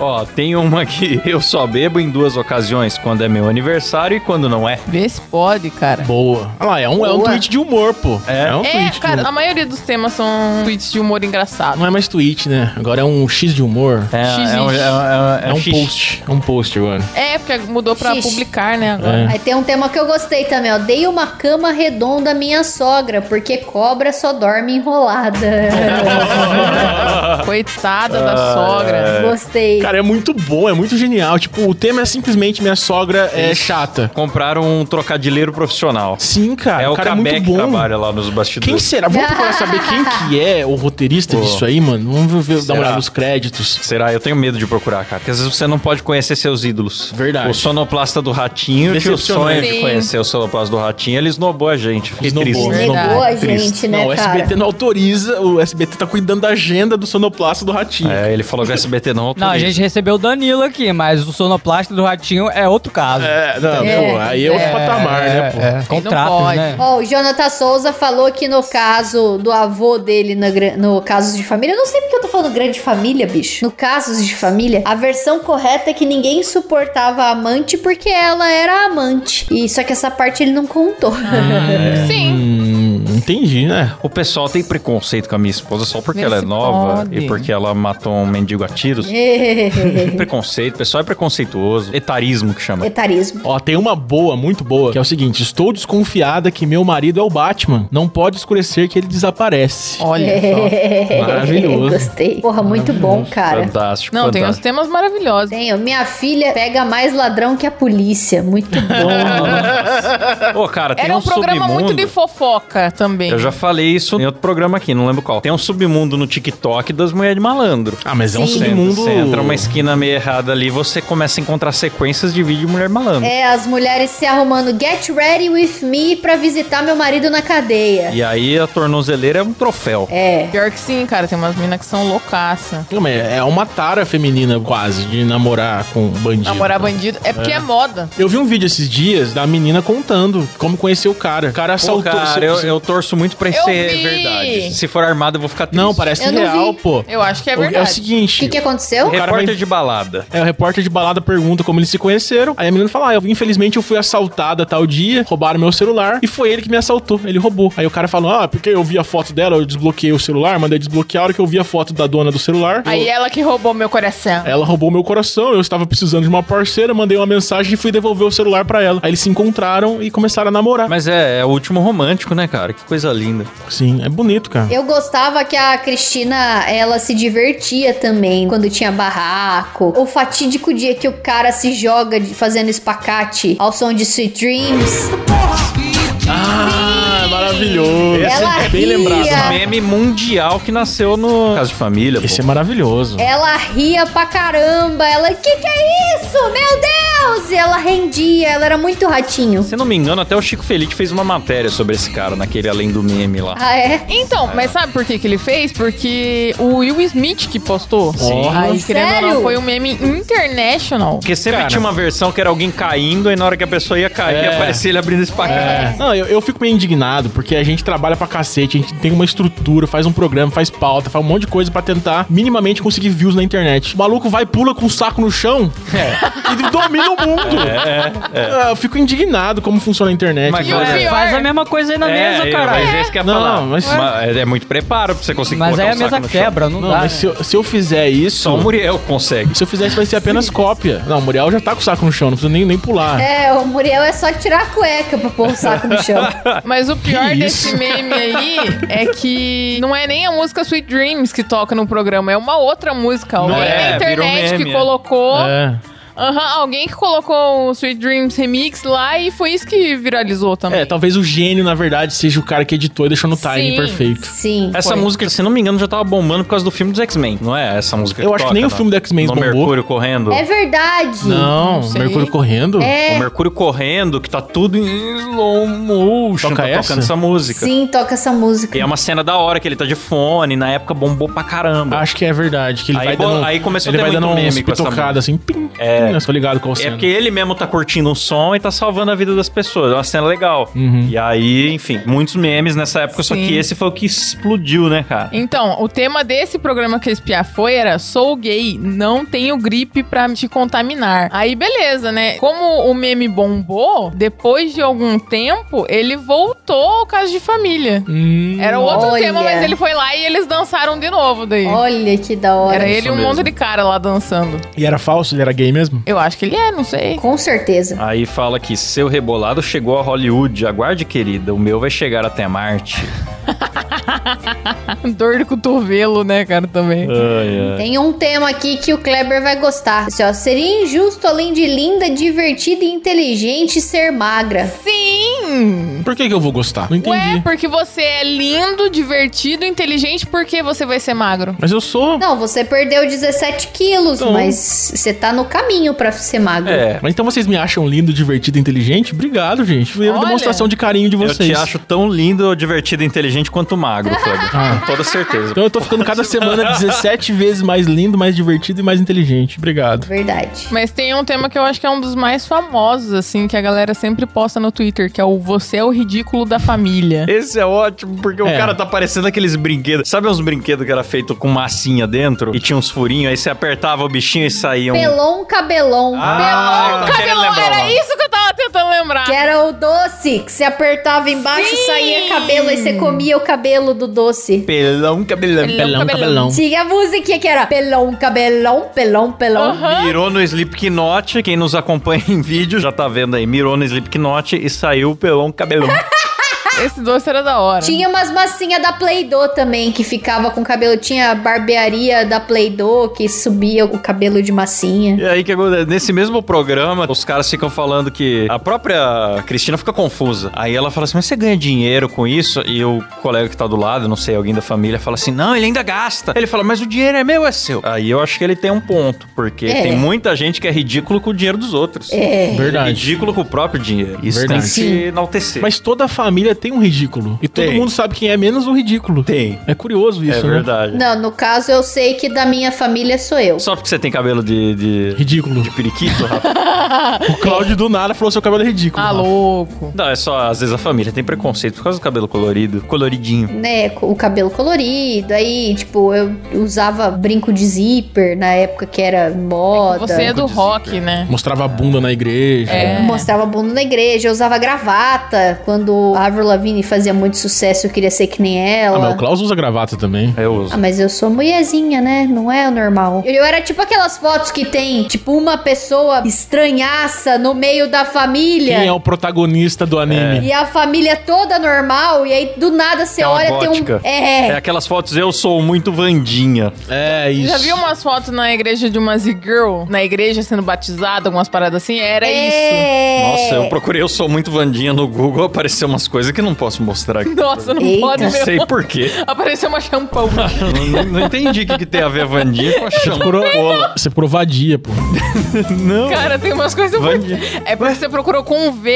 Speaker 1: Ó, tem uma aqui. Eu só bebo em duas ocasiões, quando é meu aniversário e quando não é.
Speaker 4: Vê se pode, cara.
Speaker 3: Boa. Olha lá, é um, é um
Speaker 2: Boa.
Speaker 3: tweet de humor, pô.
Speaker 1: É.
Speaker 3: um
Speaker 4: É,
Speaker 3: tweet.
Speaker 4: cara,
Speaker 3: de
Speaker 4: a maioria dos temas são tweets de humor engraçado.
Speaker 3: humor. Não é mais tweet, né? Agora é um X de humor.
Speaker 1: É, é um, é, é-
Speaker 3: É um
Speaker 1: xixi.
Speaker 3: post. É um post agora.
Speaker 4: É, porque mudou pra
Speaker 2: Xixi.
Speaker 4: publicar, né, agora.
Speaker 3: É.
Speaker 2: Aí tem um tema que eu gostei também, ó. Dei uma cama redonda à minha sogra, porque cobra só dorme enrolada.
Speaker 1: É.
Speaker 4: Coitada da
Speaker 1: Ah,
Speaker 4: sogra.
Speaker 2: gostei.
Speaker 3: Cara, é muito bom, é muito genial. Tipo, o tema é simplesmente minha sogra é chata.
Speaker 1: Compraram um trocadilheiro profissional.
Speaker 3: Sim, cara.
Speaker 1: é o
Speaker 3: cara é
Speaker 1: Cabé
Speaker 3: muito
Speaker 1: que
Speaker 3: bom.
Speaker 1: trabalha lá nos
Speaker 3: Quem
Speaker 1: bastidores.
Speaker 3: será? Vamos procurar saber quem que é o roteirista
Speaker 1: Pô.
Speaker 3: disso aí, mano. Vamos ver, dar
Speaker 1: Será?
Speaker 3: uma olhada nos créditos.
Speaker 1: Será? Eu tenho medo de procurar, cara. Porque às vezes você não pode conhecer seus ídolos.
Speaker 3: Verdade.
Speaker 1: O sonoplasta do Ratinho tinha o sonho é
Speaker 4: Decepcionante.
Speaker 1: de
Speaker 4: Sim.
Speaker 1: conhecer o sonoplasta do Ratinho. Ele esnobou a gente. Fiquei
Speaker 3: Esnobou,
Speaker 1: triste.
Speaker 3: né?
Speaker 2: Negou
Speaker 4: Verdade.
Speaker 2: a
Speaker 3: Triste.
Speaker 2: gente, né,
Speaker 3: não, o
Speaker 2: cara?
Speaker 3: SBT não autoriza, o SBT tá cuidando da agenda do sonoplasta do Ratinho.
Speaker 1: É, ele falou que o SBT não
Speaker 5: Não, a gente recebeu o Danilo aqui, mas o sonoplasta do Ratinho é outro caso.
Speaker 3: É, não,
Speaker 2: É,
Speaker 3: pô, aí é outro
Speaker 5: É,
Speaker 3: patamar, né, pô?
Speaker 5: É, contratos,
Speaker 4: pode.
Speaker 5: né?
Speaker 2: Ó, o Jonathan Souza falou que no caso do avô dele na gra- no Casos de Família, eu não sei porque eu tô falando grande família, bicho. No Casos de Família, a versão correta é que ninguém suportava a amante
Speaker 1: é.
Speaker 2: porque ela era a amante. E só que essa parte ele não contou.
Speaker 4: Sim.
Speaker 3: Hum, Entendi, né?
Speaker 1: O pessoal tem preconceito com a minha esposa só porque
Speaker 4: Vê
Speaker 1: ela é
Speaker 4: se
Speaker 1: nova
Speaker 4: pode.
Speaker 1: e porque ela matou um mendigo a tiros. preconceito, o pessoal é preconceituoso. Etarismo que chama.
Speaker 2: Etarismo.
Speaker 3: Ó, tem uma boa, muito boa, que é o seguinte: estou desconfiada que meu marido é o Batman. Não pode escurecer que ele desaparece.
Speaker 4: Olha
Speaker 2: É.
Speaker 4: só.
Speaker 3: Maravilhoso.
Speaker 2: Gostei. Porra, muito bom, cara.
Speaker 1: Fantástico.
Speaker 4: Não, tem um- uns
Speaker 1: fantástico.
Speaker 4: temas maravilhosos.
Speaker 2: Tenho. Minha filha pega mais ladrão que a polícia. Muito bom.
Speaker 1: Ô, cara, tem
Speaker 4: Era um, programa
Speaker 1: submundo.
Speaker 4: muito de fofoca também.
Speaker 1: Eu já falei isso em outro programa aqui, não lembro qual. Tem um submundo no TikTok das mulheres de malandro.
Speaker 3: Ah, mas é um
Speaker 2: Sim.
Speaker 1: Você entra-
Speaker 3: submundo.
Speaker 1: Você entra uma esquina meio errada ali, você começa a encontrar sequências de vídeo de mulher malandro.
Speaker 2: é, as mulheres se arrumando. Get ready with me pra visitar meu marido na cadeia.
Speaker 1: E aí a tornozeleira é um troféu.
Speaker 2: É.
Speaker 4: Pior que sim, cara. Tem umas minas que são loucaça.
Speaker 3: Não, mas é uma tara feminina quase de namorar com um bandido.
Speaker 4: Namorar bandido. É porque é, moda.
Speaker 3: Eu vi um vídeo esses dias da menina contando como conheceu o cara. O cara
Speaker 1: Pô,
Speaker 3: assaltou.
Speaker 1: cara, eu, eu torço muito pra isso
Speaker 4: Eu
Speaker 1: ser
Speaker 4: vi!
Speaker 1: verdade. Se for armado, eu vou ficar triste.
Speaker 3: Não, parece
Speaker 2: Eu não
Speaker 3: real,
Speaker 2: vi.
Speaker 3: pô.
Speaker 4: Eu acho que é
Speaker 3: O- É o
Speaker 4: verdade.
Speaker 2: O
Speaker 3: seguinte.
Speaker 2: que, que aconteceu?
Speaker 3: cara
Speaker 1: Repórter
Speaker 3: vai-
Speaker 1: de balada.
Speaker 3: É, o repórter de balada pergunta como eles se conheceram. Aí a menina fala: Ah, eu, infelizmente eu fui assaltada tal dia, roubaram meu celular e foi ele que me assaltou. Ele roubou. Aí o cara fala: Ah, porque eu vi a foto dela, eu desbloqueei o celular, mandei desbloquear. A hora que eu vi a foto da dona do celular, eu-
Speaker 4: Aí ela que roubou meu coração.
Speaker 3: ela roubou meu coração. Eu estava precisando de uma parceira, mandei uma mensagem e fui devolver o celular pra ela. Aí eles se encontraram e começaram a namorar.
Speaker 1: Mas é, é o último romântico, né, cara? Que coisa linda.
Speaker 3: Sim, é bonito, cara.
Speaker 2: Eu gostava que a Cristina, ela se divertia também quando tinha barraco. O fatídico dia que o cara se joga de- fazendo espacate ao som de Sweet Dreams.
Speaker 3: Ah, maravilhoso.
Speaker 2: Ela
Speaker 3: é bem
Speaker 2: ria.
Speaker 3: lembrado.
Speaker 2: É.
Speaker 1: Um Meme mundial que nasceu no Caso de Família.
Speaker 3: Esse é
Speaker 1: pô.
Speaker 3: maravilhoso.
Speaker 2: Ela ria pra caramba. Ela, que que é isso? Meu Deus! E ela rendia. Ela era muito ratinho.
Speaker 1: Se não me engano, até o Chico Feliz fez uma matéria sobre esse cara, naquele Além do Meme lá.
Speaker 2: Ah, é?
Speaker 4: Então, mas sabe por que, que ele fez? Porque o Will Smith que postou.
Speaker 3: Sim.
Speaker 4: Aí, querendo ou
Speaker 2: Sério?
Speaker 4: não, foi um meme international.
Speaker 1: Porque sempre
Speaker 3: Cara.
Speaker 1: tinha uma versão que era alguém caindo, e na hora que a pessoa ia cair,
Speaker 3: É.
Speaker 1: aparecia ele abrindo esse pacote.
Speaker 3: É. Não, eu, eu fico meio indignado, porque a gente trabalha pra cacete, a gente tem uma estrutura, faz um programa, faz pauta, faz um monte de coisa pra tentar minimamente conseguir views na internet. O maluco vai, pula com o saco no chão e domina o mundo. Ah, Eu fico indignado como funciona a internet.
Speaker 1: Mas
Speaker 4: E o
Speaker 1: olha,
Speaker 4: pior-
Speaker 5: Faz a mesma coisa aí na mesa,
Speaker 1: Mas
Speaker 5: caralho.
Speaker 1: é isso que eu ia
Speaker 3: Não,
Speaker 1: falar.
Speaker 3: não, mas-
Speaker 1: Ma- é, é muito preparo pra você conseguir
Speaker 5: Mas
Speaker 1: botar
Speaker 5: aí
Speaker 1: o
Speaker 5: a
Speaker 1: saco
Speaker 5: mesa
Speaker 1: no chão.
Speaker 5: quebra, não,
Speaker 3: não,
Speaker 5: dá.
Speaker 3: mas se,
Speaker 5: né?
Speaker 3: eu, se eu fizer isso.
Speaker 1: Só o Muriel consegue.
Speaker 3: Se eu fizer isso, vai ser apenas cópia. Não, o Muriel já tá com o saco no chão, não precisa nem, nem pular.
Speaker 2: É, o Muriel é só tirar a cueca pra pôr o saco no chão.
Speaker 4: Mas o pior
Speaker 3: Que
Speaker 4: desse
Speaker 3: isso?
Speaker 4: meme aí é que não é nem a música Sweet Dreams que toca no programa, é uma outra música. Alguém
Speaker 1: é,
Speaker 4: na
Speaker 1: virou
Speaker 4: internet
Speaker 1: meme,
Speaker 4: que
Speaker 1: é.
Speaker 4: colocou.
Speaker 3: É.
Speaker 4: Aham, alguém que colocou o Sweet Dreams Remix lá e foi isso que viralizou também.
Speaker 3: É, talvez o gênio, na verdade, seja o cara que editou e deixou no timing
Speaker 4: Sim.
Speaker 3: perfeito.
Speaker 2: Sim.
Speaker 1: Essa música, se não me engano, já tava bombando por causa do filme dos X-Men, não é? Essa música
Speaker 3: Eu acho que
Speaker 1: toca,
Speaker 3: nem o
Speaker 1: não.
Speaker 3: filme do X-Men
Speaker 1: No
Speaker 3: bombou.
Speaker 1: Mercúrio correndo.
Speaker 2: É verdade.
Speaker 3: Não,
Speaker 4: Não sei.
Speaker 3: Mercúrio correndo?
Speaker 1: O
Speaker 2: É.
Speaker 1: Mercúrio correndo, que tá tudo em slow motion,
Speaker 3: Toca
Speaker 1: tá
Speaker 3: essa?
Speaker 1: tocando essa música.
Speaker 2: Sim, toca essa música.
Speaker 1: E é uma cena da hora que ele tá de fone, na época bombou pra caramba.
Speaker 3: Acho que é verdade. Que ele
Speaker 1: Aí
Speaker 3: vai
Speaker 1: bo-
Speaker 3: dando,
Speaker 1: aí começou a
Speaker 3: ele
Speaker 1: ter
Speaker 3: vai
Speaker 1: muito
Speaker 3: dando uns
Speaker 1: meme com essa
Speaker 3: pitocadas assim. Pim,
Speaker 1: É.
Speaker 3: pim, eu tô ligado com o
Speaker 1: É porque ele mesmo tá curtindo um som e tá salvando a vida das pessoas. É uma cena legal.
Speaker 3: Uhum.
Speaker 1: E aí, enfim, muitos memes nessa época, só
Speaker 4: Sim.
Speaker 1: que esse foi o que explodiu, né, cara?
Speaker 4: Então, o tema desse programa que eu espiar foi era sou gay, não tenho gripe pra te contaminar. Aí beleza, né? Como o meme bombou, depois de algum tempo, ele voltou ao caso de família.
Speaker 3: Hum.
Speaker 4: Era um outro
Speaker 2: Olha.
Speaker 4: tema, mas ele foi lá e eles dançaram de novo daí.
Speaker 2: Olha que da hora.
Speaker 4: Era ele e um
Speaker 1: mesmo.
Speaker 4: monte de cara lá dançando.
Speaker 3: E era falso? Ele era gay mesmo?
Speaker 4: Eu acho que ele é, não sei.
Speaker 2: Com certeza.
Speaker 1: Aí fala que seu rebolado chegou a Hollywood. Aguarde, querida, o meu vai chegar até Marte.
Speaker 4: Dor de cotovelo, né, cara, também.
Speaker 2: Tem um tema aqui que o Kleber vai gostar. Assim, ó, seria injusto, além de linda, divertida e inteligente, ser magra.
Speaker 4: Sim!
Speaker 3: Por que, que eu vou gostar? Não entendi.
Speaker 4: Ué, porque você é lindo, divertido, inteligente, por que você vai ser magro?
Speaker 3: Mas eu sou.
Speaker 2: Não, você perdeu 17 quilos,
Speaker 3: Então.
Speaker 2: mas você tá no caminho pra ser magro.
Speaker 1: É.
Speaker 3: Mas então vocês me acham lindo, divertido e inteligente? Obrigado, gente. Foi uma
Speaker 4: Olha.
Speaker 3: demonstração de carinho de
Speaker 1: Eu
Speaker 3: vocês.
Speaker 1: te acho tão lindo, divertido, inteligente quanto magro, Kleber.
Speaker 3: Ah.
Speaker 1: Com toda certeza.
Speaker 3: Então eu tô ficando cada semana 17 vezes mais lindo, mais divertido e mais inteligente. Obrigado.
Speaker 2: Verdade.
Speaker 4: Mas tem um tema que eu acho que é um dos mais famosos, assim, que a galera sempre posta no Twitter, que é o Você é o ridículo da família.
Speaker 1: Esse é ótimo, porque o
Speaker 3: É.
Speaker 1: cara tá parecendo aqueles brinquedos. Sabe uns brinquedos que era feito com massinha dentro e tinha uns furinhos? Aí você apertava o bichinho e saía um.
Speaker 2: Pelon Cabelon.
Speaker 1: Ah,
Speaker 4: Pelão,
Speaker 1: tô querendo
Speaker 4: cabelão,
Speaker 1: lembrar o
Speaker 4: era
Speaker 1: nome.
Speaker 4: isso que eu tava tentando lembrar.
Speaker 2: Que era o doce, que você apertava embaixo
Speaker 4: Sim!
Speaker 2: e saía cabelo, e você comia o cabelo do doce.
Speaker 1: Pelão, cabelão.
Speaker 4: Pelão,
Speaker 3: Pelão,
Speaker 4: cabelão.
Speaker 3: cabelão.
Speaker 2: Tinha a música que era pelão, cabelão, pelão, pelão.
Speaker 4: Aham.
Speaker 1: Mirou no Slipknot, quem nos acompanha em vídeo já tá vendo aí. Mirou no Slipknot e saiu o pelão cabelão.
Speaker 4: Esse doce era da hora.
Speaker 2: Tinha umas massinhas da Play-Doh também, que ficava com cabelo. Tinha a barbearia da Play-Doh, que subia o cabelo de massinha.
Speaker 1: e aí que acontece? Nesse mesmo programa, os caras ficam falando que a própria Cristina fica confusa. Aí ela fala assim: Mas você ganha dinheiro com isso? E o colega que tá do lado, não sei, alguém da família, fala assim: Não, ele ainda gasta. Ele fala: Mas o dinheiro é meu, ou é seu. Aí eu acho que ele tem um ponto, porque
Speaker 2: É.
Speaker 1: tem muita gente que é ridículo com o dinheiro dos outros.
Speaker 2: É.
Speaker 3: Verdade.
Speaker 1: Ridículo com o próprio dinheiro. Isso
Speaker 3: Verdade.
Speaker 1: tem que
Speaker 2: Sim.
Speaker 1: se enaltecer.
Speaker 3: Mas toda família tem um ridículo. E todo
Speaker 1: Tem.
Speaker 3: mundo sabe quem é, menos o ridículo.
Speaker 1: tem.
Speaker 3: É curioso isso,
Speaker 1: é
Speaker 3: né?
Speaker 1: verdade.
Speaker 2: Não, no caso eu sei que da minha família sou eu.
Speaker 1: Só porque você tem cabelo de. de...
Speaker 3: Ridículo.
Speaker 1: de periquito, rapaz.
Speaker 3: O Cláudio do nada falou seu cabelo é ridículo.
Speaker 4: Ah,
Speaker 3: Rafa.
Speaker 4: louco.
Speaker 1: Não, é só, às vezes, a família tem preconceito por causa do cabelo colorido, coloridinho.
Speaker 2: Né, co- o cabelo colorido, aí, tipo, eu usava brinco de zíper na época que era moda.
Speaker 4: Você é do
Speaker 1: Brinco de
Speaker 4: rock,
Speaker 1: zíper.
Speaker 4: né?
Speaker 3: Mostrava a bunda na igreja.
Speaker 4: É.
Speaker 2: Mostrava bunda na igreja, eu usava gravata. Quando a Avril Lavigne fazia muito sucesso, eu queria ser que nem
Speaker 3: Ah, mas
Speaker 2: ela.
Speaker 3: o Klaus usa gravata também.
Speaker 1: Eu uso.
Speaker 2: Ah, mas eu sou mulherzinha, né? Não é o normal. Eu, eu era tipo aquelas fotos que tem, tipo, uma pessoa estranhaça no meio da família.
Speaker 3: Quem é o protagonista do anime?
Speaker 2: E a família toda normal, e aí do nada você
Speaker 1: É uma
Speaker 2: olha,
Speaker 1: gótica.
Speaker 2: tem um. É,
Speaker 1: É aquelas fotos eu sou muito Vandinha.
Speaker 3: É, isso.
Speaker 4: Já viu umas fotos na igreja de uma Z-Girl? Na igreja sendo batizada, algumas paradas assim? Era
Speaker 2: É.
Speaker 4: isso.
Speaker 1: É, Nossa, eu procurei eu sou muito Vandinha no Google, apareceu umas coisas que não posso mostrar aqui.
Speaker 4: Nossa, não
Speaker 2: Eita.
Speaker 4: pode,
Speaker 1: Não
Speaker 4: meu.
Speaker 1: sei porquê.
Speaker 4: Apareceu uma champão.
Speaker 1: não, não entendi o que, que tem a ver a Vandinha com a
Speaker 3: Procurou-
Speaker 1: champola.
Speaker 3: Você provadia, pô.
Speaker 1: Não.
Speaker 4: Cara, tem umas coisas
Speaker 1: Vai-
Speaker 4: muito... É porque você procurou com V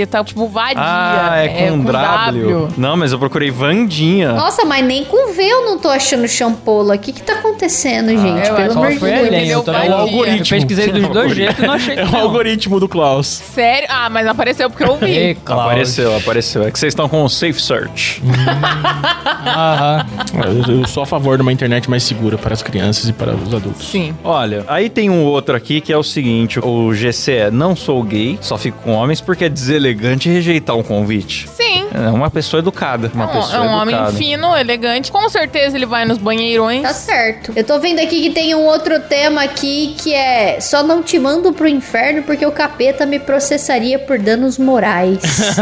Speaker 4: e tá tipo vadia.
Speaker 1: Ah, é com, w. Não, mas eu procurei Vandinha.
Speaker 2: Nossa, mas nem com V eu não tô achando champola. O que que tá acontecendo, gente?
Speaker 4: Ah, eu
Speaker 2: Pelo
Speaker 4: acho
Speaker 2: amor
Speaker 4: que
Speaker 2: de
Speaker 4: foi
Speaker 2: Deus.
Speaker 4: além.
Speaker 5: Eu
Speaker 4: Vadia.
Speaker 5: também. Eu pesquisei dos dois
Speaker 1: Algoritmo.
Speaker 5: jeitos e não achei.
Speaker 3: É o
Speaker 5: não.
Speaker 3: algoritmo do Klaus.
Speaker 4: Sério? Ah, mas não apareceu porque eu
Speaker 5: Ei,
Speaker 1: É.
Speaker 4: vi.
Speaker 5: Cláudio.
Speaker 1: Apareceu, apareceu. É que vocês estão com o Safe Search.
Speaker 5: Aham.
Speaker 3: Eu, eu sou a favor de uma internet mais segura para as crianças e para os adultos.
Speaker 4: Sim.
Speaker 1: Olha, aí tem um outro aqui que é o seguinte: o GCE não sou gay, só fico com homens porque é deselegante rejeitar um convite.
Speaker 4: Sim.
Speaker 1: É uma pessoa educada. Uma
Speaker 4: É um-
Speaker 1: pessoa
Speaker 4: é um homem
Speaker 1: educada.
Speaker 4: fino, elegante. Com certeza ele vai nos banheirões.
Speaker 2: Tá certo. Eu tô vendo aqui que tem um outro tema aqui que é só não te mando pro inferno porque o capeta me processaria por danos morais.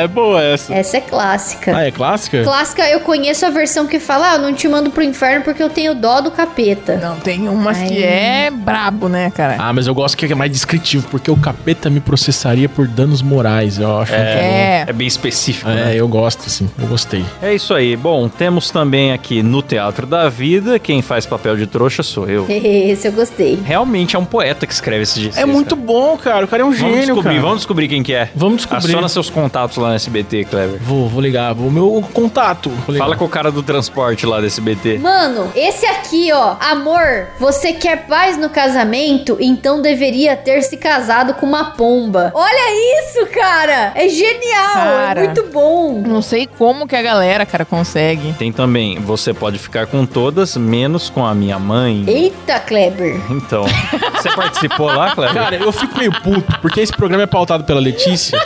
Speaker 3: é boa essa.
Speaker 2: Essa é clássica.
Speaker 3: Ah, é clássica?
Speaker 2: Clássica, eu conheço a versão que fala: ah, eu não te mando pro inferno porque eu tenho dó do capeta.
Speaker 4: Não, tem umas
Speaker 2: Ai.
Speaker 4: que é brabo, né, cara?
Speaker 3: Ah, mas eu gosto que é mais descritivo, porque o capeta me processaria por danos morais, eu acho.
Speaker 4: É.
Speaker 1: É bem específico,
Speaker 3: muito bom.
Speaker 1: né?
Speaker 3: É, eu gosto, assim. Eu gostei.
Speaker 1: É isso aí. Bom, temos também aqui no Teatro da Vida, quem faz papel de trouxa sou eu.
Speaker 2: Esse eu gostei.
Speaker 1: Realmente é um poeta que escreve esse GCs,
Speaker 3: É muito bom, cara. O cara é um
Speaker 1: cara.
Speaker 3: gênio,
Speaker 1: Vamos descobrir,
Speaker 3: cara.
Speaker 1: vamos descobrir quem que é.
Speaker 3: Vamos descobrir.
Speaker 1: Aciona seus contatos lá no SBT, Clever.
Speaker 3: Vou, vou ligar. O meu contato. Vou ligar.
Speaker 1: Fala com o cara do transporte lá do SBT.
Speaker 2: Mano, esse aqui, ó. Amor, você quer paz no casamento? Então deveria ter se casado com uma pomba. Olha isso, cara! É genial!
Speaker 4: Cara.
Speaker 2: É muito bom!
Speaker 4: Não sei como que a galera, cara, consegue.
Speaker 1: Tem também, você pode ficar com todas, menos com a minha mãe.
Speaker 2: Eita, Kleber!
Speaker 1: Então, você participou lá, Cleber?
Speaker 3: Cara, eu fico meio puto, porque esse programa é pautado pela Letícia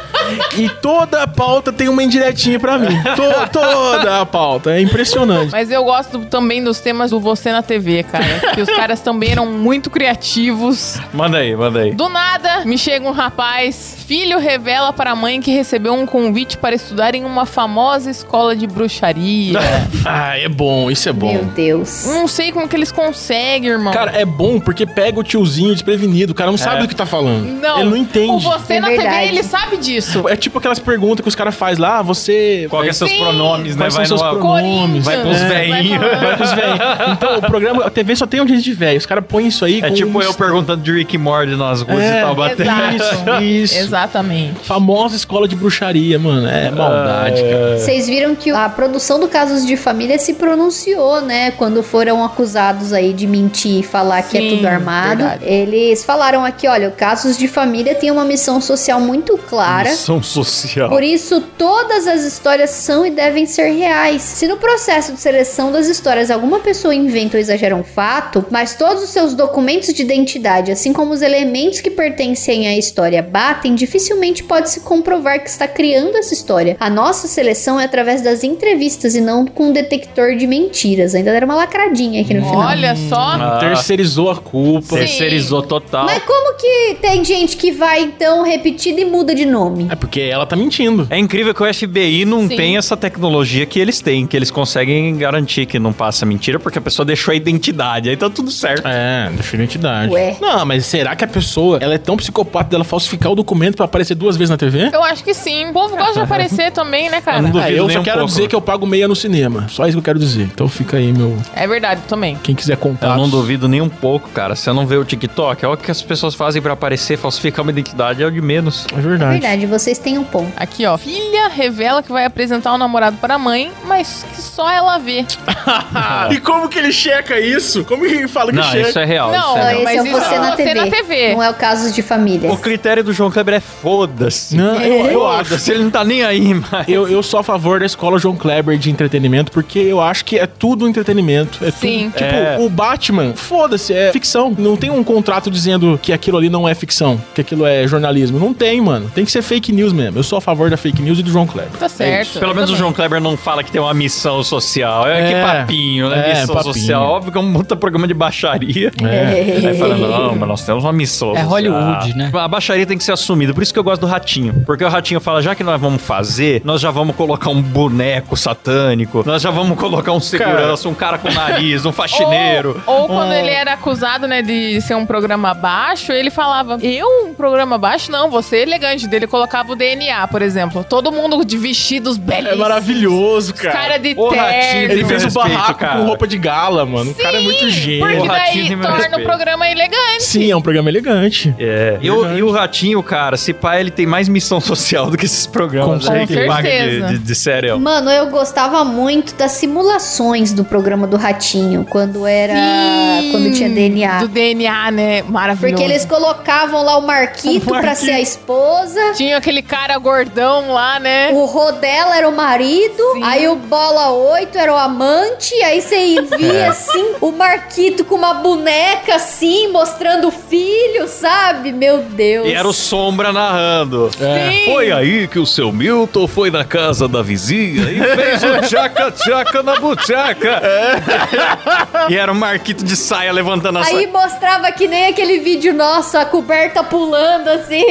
Speaker 3: e toda a pauta tem uma indiretinha pra mim. To- toda a pauta. É impressionante.
Speaker 4: Mas eu gosto também dos temas do Você na TV, cara. que os caras também eram muito criativos.
Speaker 1: Manda aí, manda aí.
Speaker 4: Do nada, me chega um rapaz. Filho revela para a mãe que recebeu um convite para estudar em uma famosa escola de bruxaria.
Speaker 3: Ah, é bom, isso é
Speaker 2: Meu
Speaker 3: bom.
Speaker 2: Deus.
Speaker 4: Não sei como que eles conseguem, irmão.
Speaker 3: Cara, é bom porque pega o tiozinho desprevenido. O cara não
Speaker 1: É.
Speaker 3: sabe do que tá falando.
Speaker 4: não.
Speaker 3: Ele não
Speaker 4: O
Speaker 3: entende.
Speaker 4: Você
Speaker 2: É
Speaker 4: na
Speaker 2: verdade.
Speaker 4: TV, ele sabe disso.
Speaker 3: É tipo aquelas perguntas que os caras fazem lá, ah, você.
Speaker 1: Qual que é
Speaker 3: vai-
Speaker 1: seus
Speaker 4: Sim.
Speaker 1: pronomes, né?
Speaker 3: Quais
Speaker 1: Vai
Speaker 3: são seus
Speaker 1: no...
Speaker 3: pronomes?
Speaker 1: Vai pros
Speaker 4: Corinthians, né?
Speaker 1: velhinhos.
Speaker 4: vai falando.
Speaker 3: Os velhos. Então, é o programa, a TV só tem audiência de velho. Os caras põem isso aí.
Speaker 1: É
Speaker 3: com
Speaker 1: tipo
Speaker 3: uns-
Speaker 1: eu perguntando de Rick e Morty nas ruas
Speaker 3: É,
Speaker 1: e tal, batendo.
Speaker 4: Exato.
Speaker 3: Isso, isso.
Speaker 4: Exatamente.
Speaker 3: Famosa escola de bruxaria, mano. É maldade, cara.
Speaker 2: Vocês viram que a produção do Casos de Família se pronunciou, né? Quando foram acusados aí de mentir e falar que é
Speaker 4: Sim,
Speaker 2: tudo armado.
Speaker 4: verdade.
Speaker 2: Eles falaram aqui, olha, o Casos de Família tem uma missão social muito clara
Speaker 1: construção social.
Speaker 2: Por isso, todas as histórias são e devem ser reais. Se no processo de seleção das histórias alguma pessoa inventa ou exagera um fato, mas todos os seus documentos de identidade, assim como os elementos que pertencem à história batem, dificilmente pode-se comprovar que está criando essa história. A nossa seleção é através das entrevistas e não com um detector de mentiras. Ainda deram uma lacradinha aqui no final.
Speaker 4: Olha só.
Speaker 1: Ah.
Speaker 3: Terceirizou a culpa.
Speaker 1: Terceirizou total.
Speaker 2: Mas como que tem gente que vai então repetida e muda de nome?
Speaker 3: É porque ela tá mentindo.
Speaker 1: É incrível que o FBI não
Speaker 4: Sim.
Speaker 1: tem essa tecnologia que eles têm, que eles conseguem garantir que não passa mentira, porque a pessoa deixou a identidade, aí tá tudo certo.
Speaker 3: É, deixa a identidade.
Speaker 2: Ué.
Speaker 3: Não, mas será que a pessoa, ela é tão psicopata dela falsificar o documento pra aparecer duas vezes na TV?
Speaker 4: Eu acho que sim. O povo gosta de aparecer também, né, cara?
Speaker 1: Eu não duvido
Speaker 3: Ah, eu
Speaker 1: nem
Speaker 3: só
Speaker 1: um
Speaker 3: quero
Speaker 1: pouco.
Speaker 3: dizer que eu pago meia no cinema. Só isso que eu quero dizer. Então fica aí, meu.
Speaker 4: É verdade também.
Speaker 3: Quem quiser
Speaker 1: Eu
Speaker 3: contar.
Speaker 1: não duvido nem um pouco, cara. Você não vê o TikTok, olha o que as pessoas fazem pra aparecer, falsificar uma identidade, é o de menos.
Speaker 3: É verdade.
Speaker 2: Verdade, vocês têm um ponto.
Speaker 4: Aqui, ó. Filha revela que vai apresentar o namorado para a mãe, mas que só ela vê. Tá
Speaker 3: Ah, E como que ele checa isso? Como que ele fala que
Speaker 1: Não,
Speaker 3: checa?
Speaker 1: isso é real.
Speaker 4: Não,
Speaker 1: isso é
Speaker 2: Então,
Speaker 1: real.
Speaker 2: esse
Speaker 4: mas
Speaker 2: é o
Speaker 4: isso
Speaker 2: você,
Speaker 4: é
Speaker 2: na,
Speaker 4: você
Speaker 2: TV.
Speaker 4: na TV.
Speaker 2: Não é o caso de família.
Speaker 1: O critério do João Kleber é foda-se.
Speaker 3: Não, é eu, eu acho.
Speaker 1: Foda-se, ele não tá nem aí, mas...
Speaker 3: Eu, eu sou a favor da escola João Kleber de entretenimento, porque eu acho que é tudo entretenimento. É
Speaker 4: Sim.
Speaker 3: Tudo, tipo,
Speaker 1: É.
Speaker 3: o Batman, foda-se, é ficção. Não tem um contrato dizendo que aquilo ali não é ficção, que aquilo é jornalismo. Não tem, mano. Tem que ser fake news mesmo. Eu sou a favor da fake news e do João Kleber.
Speaker 4: Tá certo.
Speaker 1: É Pelo
Speaker 4: eu
Speaker 1: menos o
Speaker 4: também.
Speaker 1: João Kleber não fala que tem uma missão social. É,
Speaker 3: É.
Speaker 1: que papinho, né?
Speaker 3: É,
Speaker 1: missão
Speaker 3: papinho. É.
Speaker 1: social. Óbvio que é um puta programa de baixaria. Aí fala, não, mas nós temos uma missão.
Speaker 5: É
Speaker 1: social.
Speaker 5: Hollywood, né?
Speaker 1: A baixaria tem que ser assumida. Por isso que eu gosto do Ratinho. Porque o Ratinho fala, já que nós vamos fazer, nós já vamos colocar um boneco satânico, nós já vamos colocar um segurança, um cara com nariz, um faxineiro.
Speaker 5: Oh,
Speaker 4: Ou, ou quando
Speaker 1: um-
Speaker 4: ele era acusado, né, de ser um programa baixo, ele falava, eu um programa baixo? Não, você é elegante. Dele colocava o DNA, por exemplo. Todo mundo de vestidos
Speaker 3: É
Speaker 4: belíssimos.
Speaker 3: maravilhoso,
Speaker 4: Os Cara
Speaker 3: cara.
Speaker 4: de
Speaker 1: O ratinho
Speaker 4: terno.
Speaker 1: de
Speaker 3: Ele fez o
Speaker 1: Respeito,
Speaker 3: barraco
Speaker 1: cara.
Speaker 3: com roupa de gala, mano. o cara é muito gênio.
Speaker 4: Porque assim,
Speaker 1: O ratinho
Speaker 4: daí
Speaker 1: tem meu
Speaker 4: torna
Speaker 1: respeito.
Speaker 4: o programa elegante.
Speaker 3: Sim, é um programa elegante.
Speaker 1: É. E o, e o Ratinho, cara, se pá, ele tem mais missão social do que esses programas
Speaker 3: Com
Speaker 1: aí que
Speaker 4: certeza.
Speaker 1: paga de, de, de sério.
Speaker 2: Mano, eu gostava muito das simulações do programa do Ratinho, quando era.
Speaker 4: Sim.
Speaker 2: Ah, quando tinha DNA.
Speaker 4: Do DNA, né? Maravilhoso.
Speaker 2: Porque eles colocavam lá o Marquito
Speaker 3: O
Speaker 2: pra
Speaker 3: Marquito.
Speaker 2: ser a esposa.
Speaker 4: Tinha aquele cara gordão lá, né?
Speaker 2: O Rodela era o marido,
Speaker 4: Sim.
Speaker 2: aí o Bola 8 era o amante, aí você
Speaker 1: É.
Speaker 2: via assim o Marquito com uma boneca assim, mostrando o filho, sabe? Meu Deus.
Speaker 1: E era o Sombra narrando.
Speaker 4: Sim.
Speaker 1: É. Foi aí que o seu Milton foi na casa da vizinha e fez o tchaca-tchaca na buchaca. É. E era o Marquito de saia levantando a
Speaker 2: Aí
Speaker 1: saia.
Speaker 2: mostrava que nem aquele vídeo nosso, a coberta pulando assim.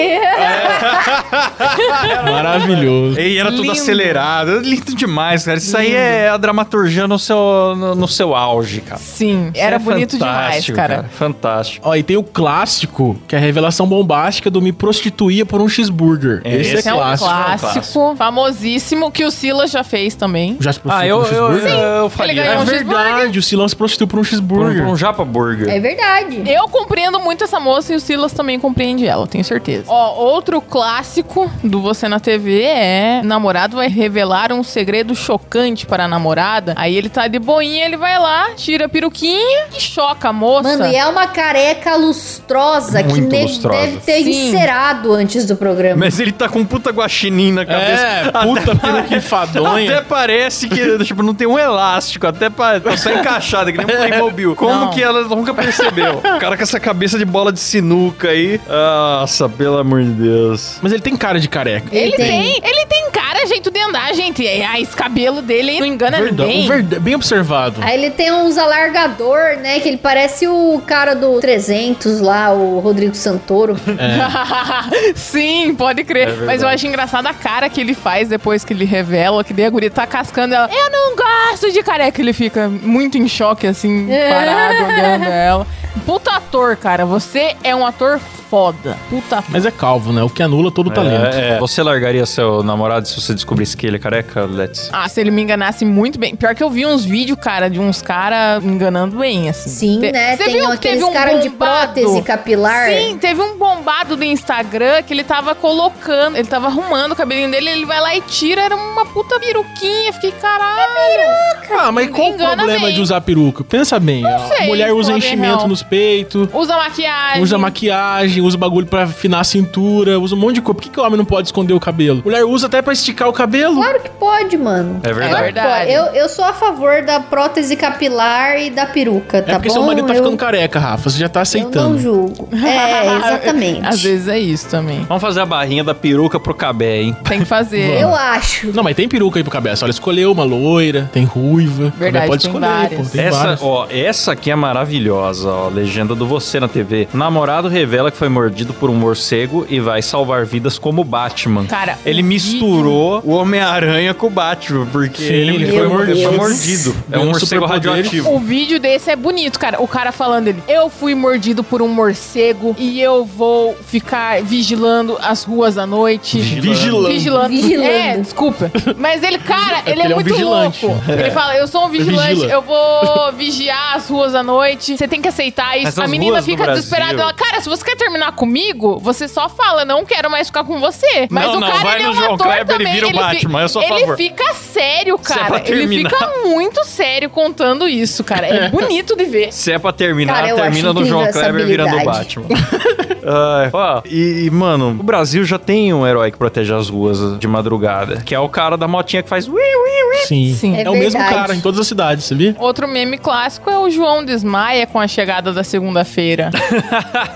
Speaker 3: Maravilhoso.
Speaker 1: E era tudo
Speaker 4: Lindo.
Speaker 1: acelerado. Lindo demais, cara. Isso aí é a dramaturgia no seu, no, no seu auge, cara.
Speaker 4: Sim, era
Speaker 1: É
Speaker 4: bonito demais,
Speaker 1: fantástico,
Speaker 4: cara.
Speaker 1: Fantástico.
Speaker 3: Ó, e tem o clássico, que é a revelação bombástica do me prostituía por um cheeseburger.
Speaker 1: É,
Speaker 3: esse,
Speaker 1: esse
Speaker 3: é,
Speaker 4: É um
Speaker 3: clássico.
Speaker 4: clássico,
Speaker 1: clássico.
Speaker 4: famosíssimo, que o Silas já fez também.
Speaker 3: Já se
Speaker 1: Ah,
Speaker 3: prostituiu
Speaker 1: eu,
Speaker 3: por um
Speaker 1: eu, eu,
Speaker 3: cheeseburger?
Speaker 1: eu
Speaker 4: Ele
Speaker 1: faria.
Speaker 4: ganhou
Speaker 3: É
Speaker 4: um
Speaker 3: verdade, o Silão se prostituiu por um
Speaker 1: Por um,
Speaker 3: cheeseburger.
Speaker 1: por um japa burger.
Speaker 2: É verdade.
Speaker 4: Eu compreendo muito essa moça e o Silas também compreende ela, tenho certeza. Ó, outro clássico do Você na TV é: namorado vai revelar um segredo chocante para a namorada. Aí ele tá de boinha, ele vai lá, tira a peruquinha e choca a moça.
Speaker 2: Mano, e é uma careca lustrosa que
Speaker 1: Muito
Speaker 2: ne-
Speaker 1: lustrosa.
Speaker 2: deve ter
Speaker 4: Sim.
Speaker 2: encerado antes do programa.
Speaker 1: Mas ele tá com um puta guaxinim na cabeça.
Speaker 3: É, puta peruca enfadonha.
Speaker 1: Então Até parece que, tipo, não tem um elástico, até pa- tá só encaixado, que nem um Playmobil. Como
Speaker 4: Não.
Speaker 1: que ela nunca percebeu? O cara com essa cabeça de bola de sinuca aí. Nossa, pelo amor de Deus.
Speaker 3: Mas ele tem cara de careca.
Speaker 4: Ele
Speaker 2: Ele tem.
Speaker 4: tem. ele tem cara, jeito de andar, gente. E aí, esse cabelo dele não engana
Speaker 3: Verdade,
Speaker 4: ninguém.
Speaker 3: verdade, bem observado.
Speaker 2: Aí ele tem uns alargador, né? Que ele parece o cara do 300 lá, o Rodrigo Santoro.
Speaker 3: É.
Speaker 4: Sim, pode crer.
Speaker 1: verdade.
Speaker 4: Mas eu acho engraçada a cara que ele faz depois que ele revela que daí a guria tá cascando ela. Eu não gosto de careca. Ele fica muito em choque, assim,
Speaker 2: É.
Speaker 4: parado, olhando ela. Puta ator, cara. Você é um ator foda. Puta ator.
Speaker 3: Mas é calvo, né? O que anula todo o talento.
Speaker 1: É, é. Você largaria seu namorado se você descobrisse que ele é careca, Let's?
Speaker 4: Ah, se ele me enganasse muito bem. Pior que eu vi uns vídeos, cara, de uns caras enganando bem, assim.
Speaker 2: Sim,
Speaker 4: Te-
Speaker 2: né?
Speaker 4: Cê
Speaker 2: Tem
Speaker 4: viu que
Speaker 2: aqueles
Speaker 4: teve um
Speaker 2: caras de
Speaker 4: bombado?
Speaker 2: prótese capilar.
Speaker 4: Sim, teve um bombado do Instagram que ele tava colocando, ele tava arrumando o cabelinho dele, ele vai lá e tira, era uma puta peruquinha. Fiquei,
Speaker 2: É
Speaker 4: caralho.
Speaker 3: Ah, mas qual o
Speaker 4: Engana
Speaker 3: problema
Speaker 4: bem.
Speaker 3: de usar peruca? Pensa bem. a
Speaker 4: sei,
Speaker 3: mulher usa
Speaker 4: pô, bem
Speaker 3: enchimento
Speaker 4: real.
Speaker 3: nos peitos,
Speaker 4: Usa maquiagem.
Speaker 3: usa maquiagem, usa bagulho pra afinar a cintura, usa um monte de coisa. Por que, que o homem não pode esconder o cabelo? Mulher usa até pra esticar o cabelo.
Speaker 2: Claro que pode, mano.
Speaker 1: É
Speaker 4: É
Speaker 1: verdade.
Speaker 4: verdade.
Speaker 2: Pô, eu, eu sou a favor da prótese capilar e da peruca,
Speaker 3: É
Speaker 2: tá
Speaker 3: porque
Speaker 2: bom?
Speaker 3: seu marido tá
Speaker 2: eu,
Speaker 3: ficando careca, Rafa. Você já tá
Speaker 2: Eu não
Speaker 3: aceitando.
Speaker 2: julgo. É, exatamente.
Speaker 4: Às vezes é isso também.
Speaker 1: Vamos fazer a barrinha da peruca pro cabé, hein?
Speaker 4: Tem que fazer.
Speaker 2: Eu acho.
Speaker 3: Não, mas tem peruca aí pro cabeça. Olha, escolheu uma loira, tem ruiva. Também
Speaker 4: Verdade,
Speaker 3: pode
Speaker 4: tem
Speaker 3: escolher,
Speaker 4: várias.
Speaker 3: pô. Tem
Speaker 1: essa,
Speaker 3: várias.
Speaker 1: ó, essa aqui é maravilhosa, ó. Legenda do Você na TV. Namorado revela que foi mordido por um morcego e vai salvar vidas como Batman.
Speaker 4: Cara,
Speaker 1: Ele
Speaker 4: o
Speaker 1: misturou o Homem-Aranha com o Batman, porque
Speaker 3: Sim,
Speaker 1: ele
Speaker 2: meu
Speaker 1: foi, mor-
Speaker 2: Deus.
Speaker 1: foi mordido. É
Speaker 3: Ganhou
Speaker 1: um morcego
Speaker 3: superpoderes.
Speaker 1: radioativo.
Speaker 4: O vídeo desse é bonito, cara. O cara falando ele, eu fui mordido por um morcego e eu vou ficar vigilando as ruas à noite.
Speaker 3: Vigilando.
Speaker 4: Vigilando.
Speaker 2: Vigilando.
Speaker 4: É, desculpa. Mas ele, cara, ele é,
Speaker 3: ele é um
Speaker 4: muito
Speaker 3: vigilante.
Speaker 4: louco.
Speaker 1: É.
Speaker 4: Ele fala, eu sou um vigilante,
Speaker 3: vigila.
Speaker 4: eu vou vigiar as ruas à noite. Você tem que aceitar isso.
Speaker 1: Essas
Speaker 4: a menina
Speaker 1: ruas do
Speaker 4: fica
Speaker 1: Brasil.
Speaker 4: desesperada. Ela, cara, se você quer terminar comigo, você só fala, não quero mais ficar com você. Mas
Speaker 1: Não,
Speaker 4: o
Speaker 1: não,
Speaker 4: cara,
Speaker 1: vai
Speaker 4: ele é
Speaker 1: no
Speaker 4: um
Speaker 1: João
Speaker 4: ator
Speaker 1: Kleber e
Speaker 4: também.
Speaker 1: vira o
Speaker 4: ele fi-
Speaker 1: Batman, eu sou a
Speaker 4: ele
Speaker 1: favor.
Speaker 4: fica sério,
Speaker 1: Se é
Speaker 4: cara.
Speaker 1: pra
Speaker 4: ele
Speaker 1: terminar.
Speaker 4: fica Tá muito sério contando isso, cara. É bonito de ver.
Speaker 1: Se é pra terminar,
Speaker 2: Cara, eu
Speaker 1: termina no
Speaker 2: acho incrível
Speaker 1: João
Speaker 2: essa
Speaker 1: Kleber virando o
Speaker 2: habilidade.
Speaker 1: Batman. Ai, ó, e, e, mano, o Brasil já tem um herói que protege as ruas de madrugada, que é o cara da motinha que faz ui, ui, ui.
Speaker 3: Sim.
Speaker 4: Sim.
Speaker 3: É,
Speaker 2: É
Speaker 3: o mesmo
Speaker 2: verdade.
Speaker 3: cara em todas as cidades, você viu?
Speaker 4: Outro meme clássico é o João desmaia com a chegada da segunda-feira.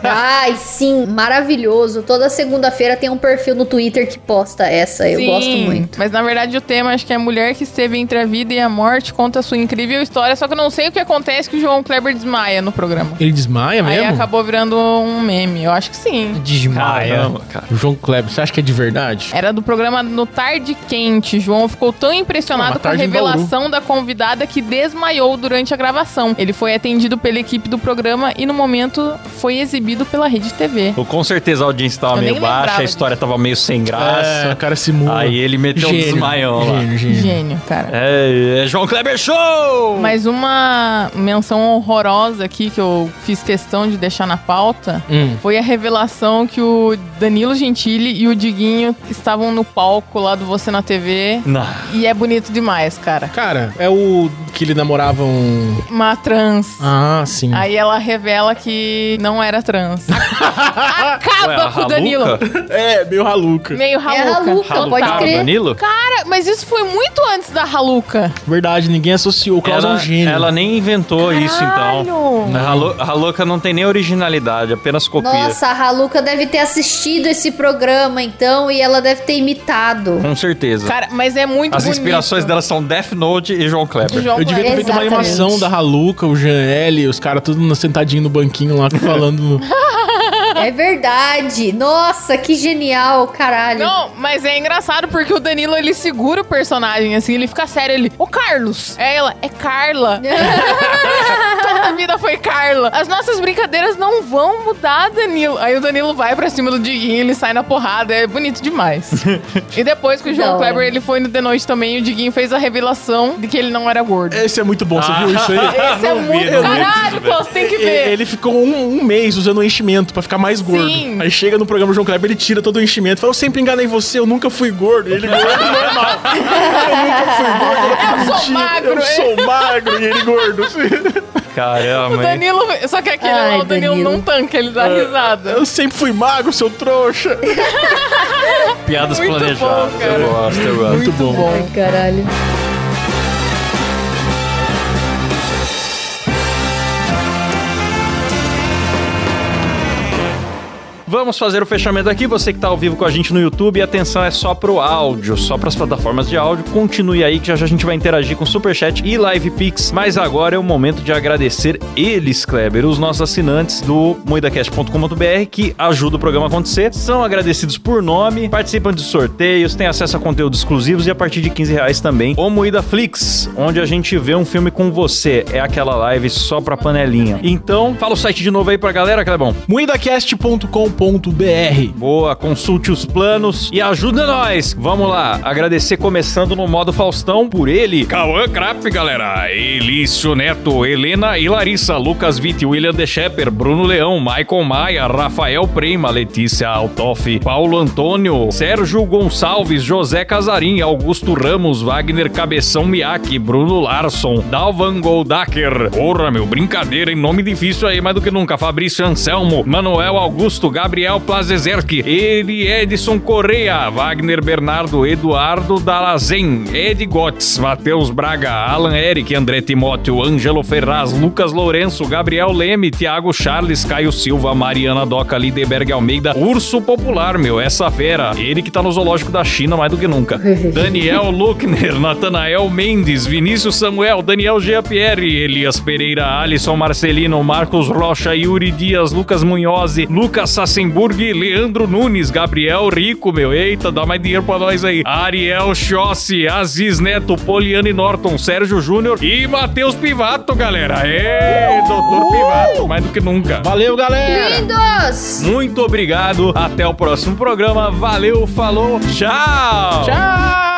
Speaker 2: Ai, sim, maravilhoso. Toda segunda-feira tem um perfil no Twitter que posta essa. Eu
Speaker 4: Sim,
Speaker 2: gosto muito.
Speaker 4: Mas na verdade o tema acho que é a mulher que esteve entre a vida e a morte conta sua incrível história, só que eu não sei o que acontece que o João Kleber desmaia no programa.
Speaker 3: Ele
Speaker 2: É
Speaker 3: desmaia
Speaker 4: Aí
Speaker 3: mesmo?
Speaker 4: acabou virando um meme, eu acho que sim.
Speaker 5: Desmaia.
Speaker 1: Caramba, cara.
Speaker 3: O João Kleber, você acha que é de verdade?
Speaker 4: Era do programa No Tarde Quente. João ficou tão
Speaker 3: Ah,
Speaker 4: impressionado
Speaker 3: mas
Speaker 4: com a
Speaker 3: tarde em
Speaker 4: revelação da convidada que desmaiou durante a gravação. Ele foi atendido pela equipe do programa e no momento foi exibido pela Rede TV.
Speaker 1: Ou Com certeza a audiência tava
Speaker 4: Eu
Speaker 1: meio
Speaker 4: nem
Speaker 1: baixa,
Speaker 4: lembrava
Speaker 1: a história tava meio sem
Speaker 3: É, o
Speaker 1: graça.
Speaker 3: cara se muda.
Speaker 1: Tá. Aí ele meteu um desmaião lá.
Speaker 3: Gênio, gênio.
Speaker 4: Gênio, cara.
Speaker 1: É, é João Kleber Show!
Speaker 4: Mas uma menção horrorosa aqui que eu fiz questão de deixar na pauta
Speaker 3: Hum.
Speaker 4: foi a revelação que o Danilo Gentili e o Diguinho estavam no palco lá do Você na TV.
Speaker 1: Não.
Speaker 4: E é bonito demais, cara.
Speaker 3: Cara, é o que ele namorava um...
Speaker 4: Uma trans.
Speaker 3: Ah, sim.
Speaker 4: Aí ela revela que não era trans.
Speaker 1: Ué,
Speaker 4: Acaba
Speaker 1: a
Speaker 4: com o
Speaker 1: Raluca?
Speaker 4: Danilo.
Speaker 3: É, meio raluca.
Speaker 4: Meio raluca.
Speaker 2: É a Luca,
Speaker 1: Raluca
Speaker 2: pode
Speaker 1: tava no
Speaker 2: crer.
Speaker 1: Danilo?
Speaker 4: Cara, mas isso foi muito antes da Raluca.
Speaker 3: Verdade, ninguém associou. O Klaus é um
Speaker 1: Ela,
Speaker 3: gênio.
Speaker 1: ela nem inventou isso, então.
Speaker 4: Caralho.
Speaker 1: A Ralu- A Raluca não tem nem originalidade, apenas copia.
Speaker 2: Nossa, a Haluca deve ter assistido esse programa, então, e ela deve ter imitado.
Speaker 1: Com certeza.
Speaker 4: Cara, mas é muito
Speaker 1: As
Speaker 4: bonito.
Speaker 1: inspirações dela são Death Note e João Kleber.
Speaker 4: João
Speaker 3: Eu devia ter
Speaker 4: Kleber.
Speaker 3: feito uma
Speaker 2: Exatamente.
Speaker 3: animação da Haluca, o Jean L, os caras tudo sentadinho no banquinho lá, falando...
Speaker 2: É verdade. Nossa, que genial, caralho.
Speaker 4: Não, mas é engraçado porque o Danilo ele segura o personagem assim, ele fica sério, ele, ô Carlos. É ela, é Carla. Toda vida foi Carla. As nossas brincadeiras não vão mudar, Danilo. Aí o Danilo vai pra cima do Diguinho, ele sai na porrada, é bonito demais. e depois que o João
Speaker 2: Da hora.
Speaker 4: Kleber ele foi no The Noite também, o Diguinho fez a revelação de que ele não era gordo.
Speaker 3: Esse é muito bom, você viu isso aí?
Speaker 4: Esse é
Speaker 1: não vi,
Speaker 4: muito
Speaker 1: não vi
Speaker 4: caralho, Klaus, tem que ver.
Speaker 3: Ele ficou um, um mês usando o enchimento pra ficar mais gordo.
Speaker 4: Sim.
Speaker 3: Aí chega no programa do João Kleber, ele tira todo o enchimento. Fala, eu sempre enganei você, eu nunca fui gordo. E ele gordo normal.
Speaker 4: Eu sou magro.
Speaker 3: Eu
Speaker 4: hein?
Speaker 3: sou magro e ele gordo.
Speaker 1: Caramba,
Speaker 4: O
Speaker 1: hein?
Speaker 4: Danilo, só que aquele
Speaker 2: Ai,
Speaker 4: lá, o Danilo,
Speaker 2: Danilo.
Speaker 4: não tanca, ele
Speaker 1: Ah.
Speaker 4: dá risada.
Speaker 3: Eu sempre fui magro, seu trouxa.
Speaker 1: Piadas
Speaker 4: Muito bom,
Speaker 1: planejadas.
Speaker 4: cara.
Speaker 1: eu gosto, eu gosto.
Speaker 3: Muito bom.
Speaker 2: Ai, caralho.
Speaker 1: Vamos fazer o fechamento aqui. Você que tá ao vivo com a gente no YouTube, atenção é só pro áudio, só pras plataformas de áudio. Continue aí que já já a gente vai interagir com Superchat e Live Pix. Mas agora é o momento de agradecer eles, Kleber, os nossos assinantes do moidacast.com.br que ajudam o programa a acontecer. São agradecidos por nome, participam de sorteios, têm acesso a conteúdos exclusivos e a partir de 15 reais também. O Moída Flix, onde a gente vê um filme com você. É aquela live só pra panelinha. Então, fala o site de novo aí pra galera, Clebão.
Speaker 3: Muidacast.com.br
Speaker 1: Boa, consulte os planos e ajuda nós. Vamos lá, agradecer começando no modo Faustão por ele. Cauã Kraft, galera. Elício Neto, Helena e Larissa, Lucas Vitti, William De Shepper, Bruno Leão, Maicon Maia, Rafael Prema, Letícia Altoff, Paulo Antônio, Sérgio Gonçalves, José Casarim, Augusto Ramos, Wagner Cabeção Miaki, Bruno Larson, Dalvan Goldacker. Porra, meu, brincadeira, em nome difícil aí, mais do que nunca. Fabrício Anselmo, Manuel Augusto, Gabi Gabriel Plazezerk, Eri Edson Correia, Wagner Bernardo, Eduardo Dalazen, Ed Gotts, Matheus Braga, Alan Eric, André Timóteo, Ângelo Ferraz, Lucas Lourenço, Gabriel Leme, Thiago Charles, Caio Silva, Mariana Doca, Lideberg Almeida, Urso Popular, meu, essa fera. Ele que tá no zoológico da China mais do que nunca. Daniel Luckner, Natanael Mendes, Vinícius Samuel, Daniel Giapierre, Elias Pereira, Alisson Marcelino, Marcos Rocha, Yuri Dias, Lucas Munhozzi, Lucas Sassenburg, Leandro Nunes, Gabriel Rico, meu, eita, dá mais dinheiro pra nós aí. Ariel Chossi, Aziz Neto, Poliane Norton, Sérgio Júnior e Matheus Pivato, galera. É, doutor Pivato, mais do que nunca.
Speaker 3: Valeu, galera!
Speaker 2: Lindos!
Speaker 6: Muito obrigado. Até o próximo programa. Valeu, falou, tchau.
Speaker 3: Tchau!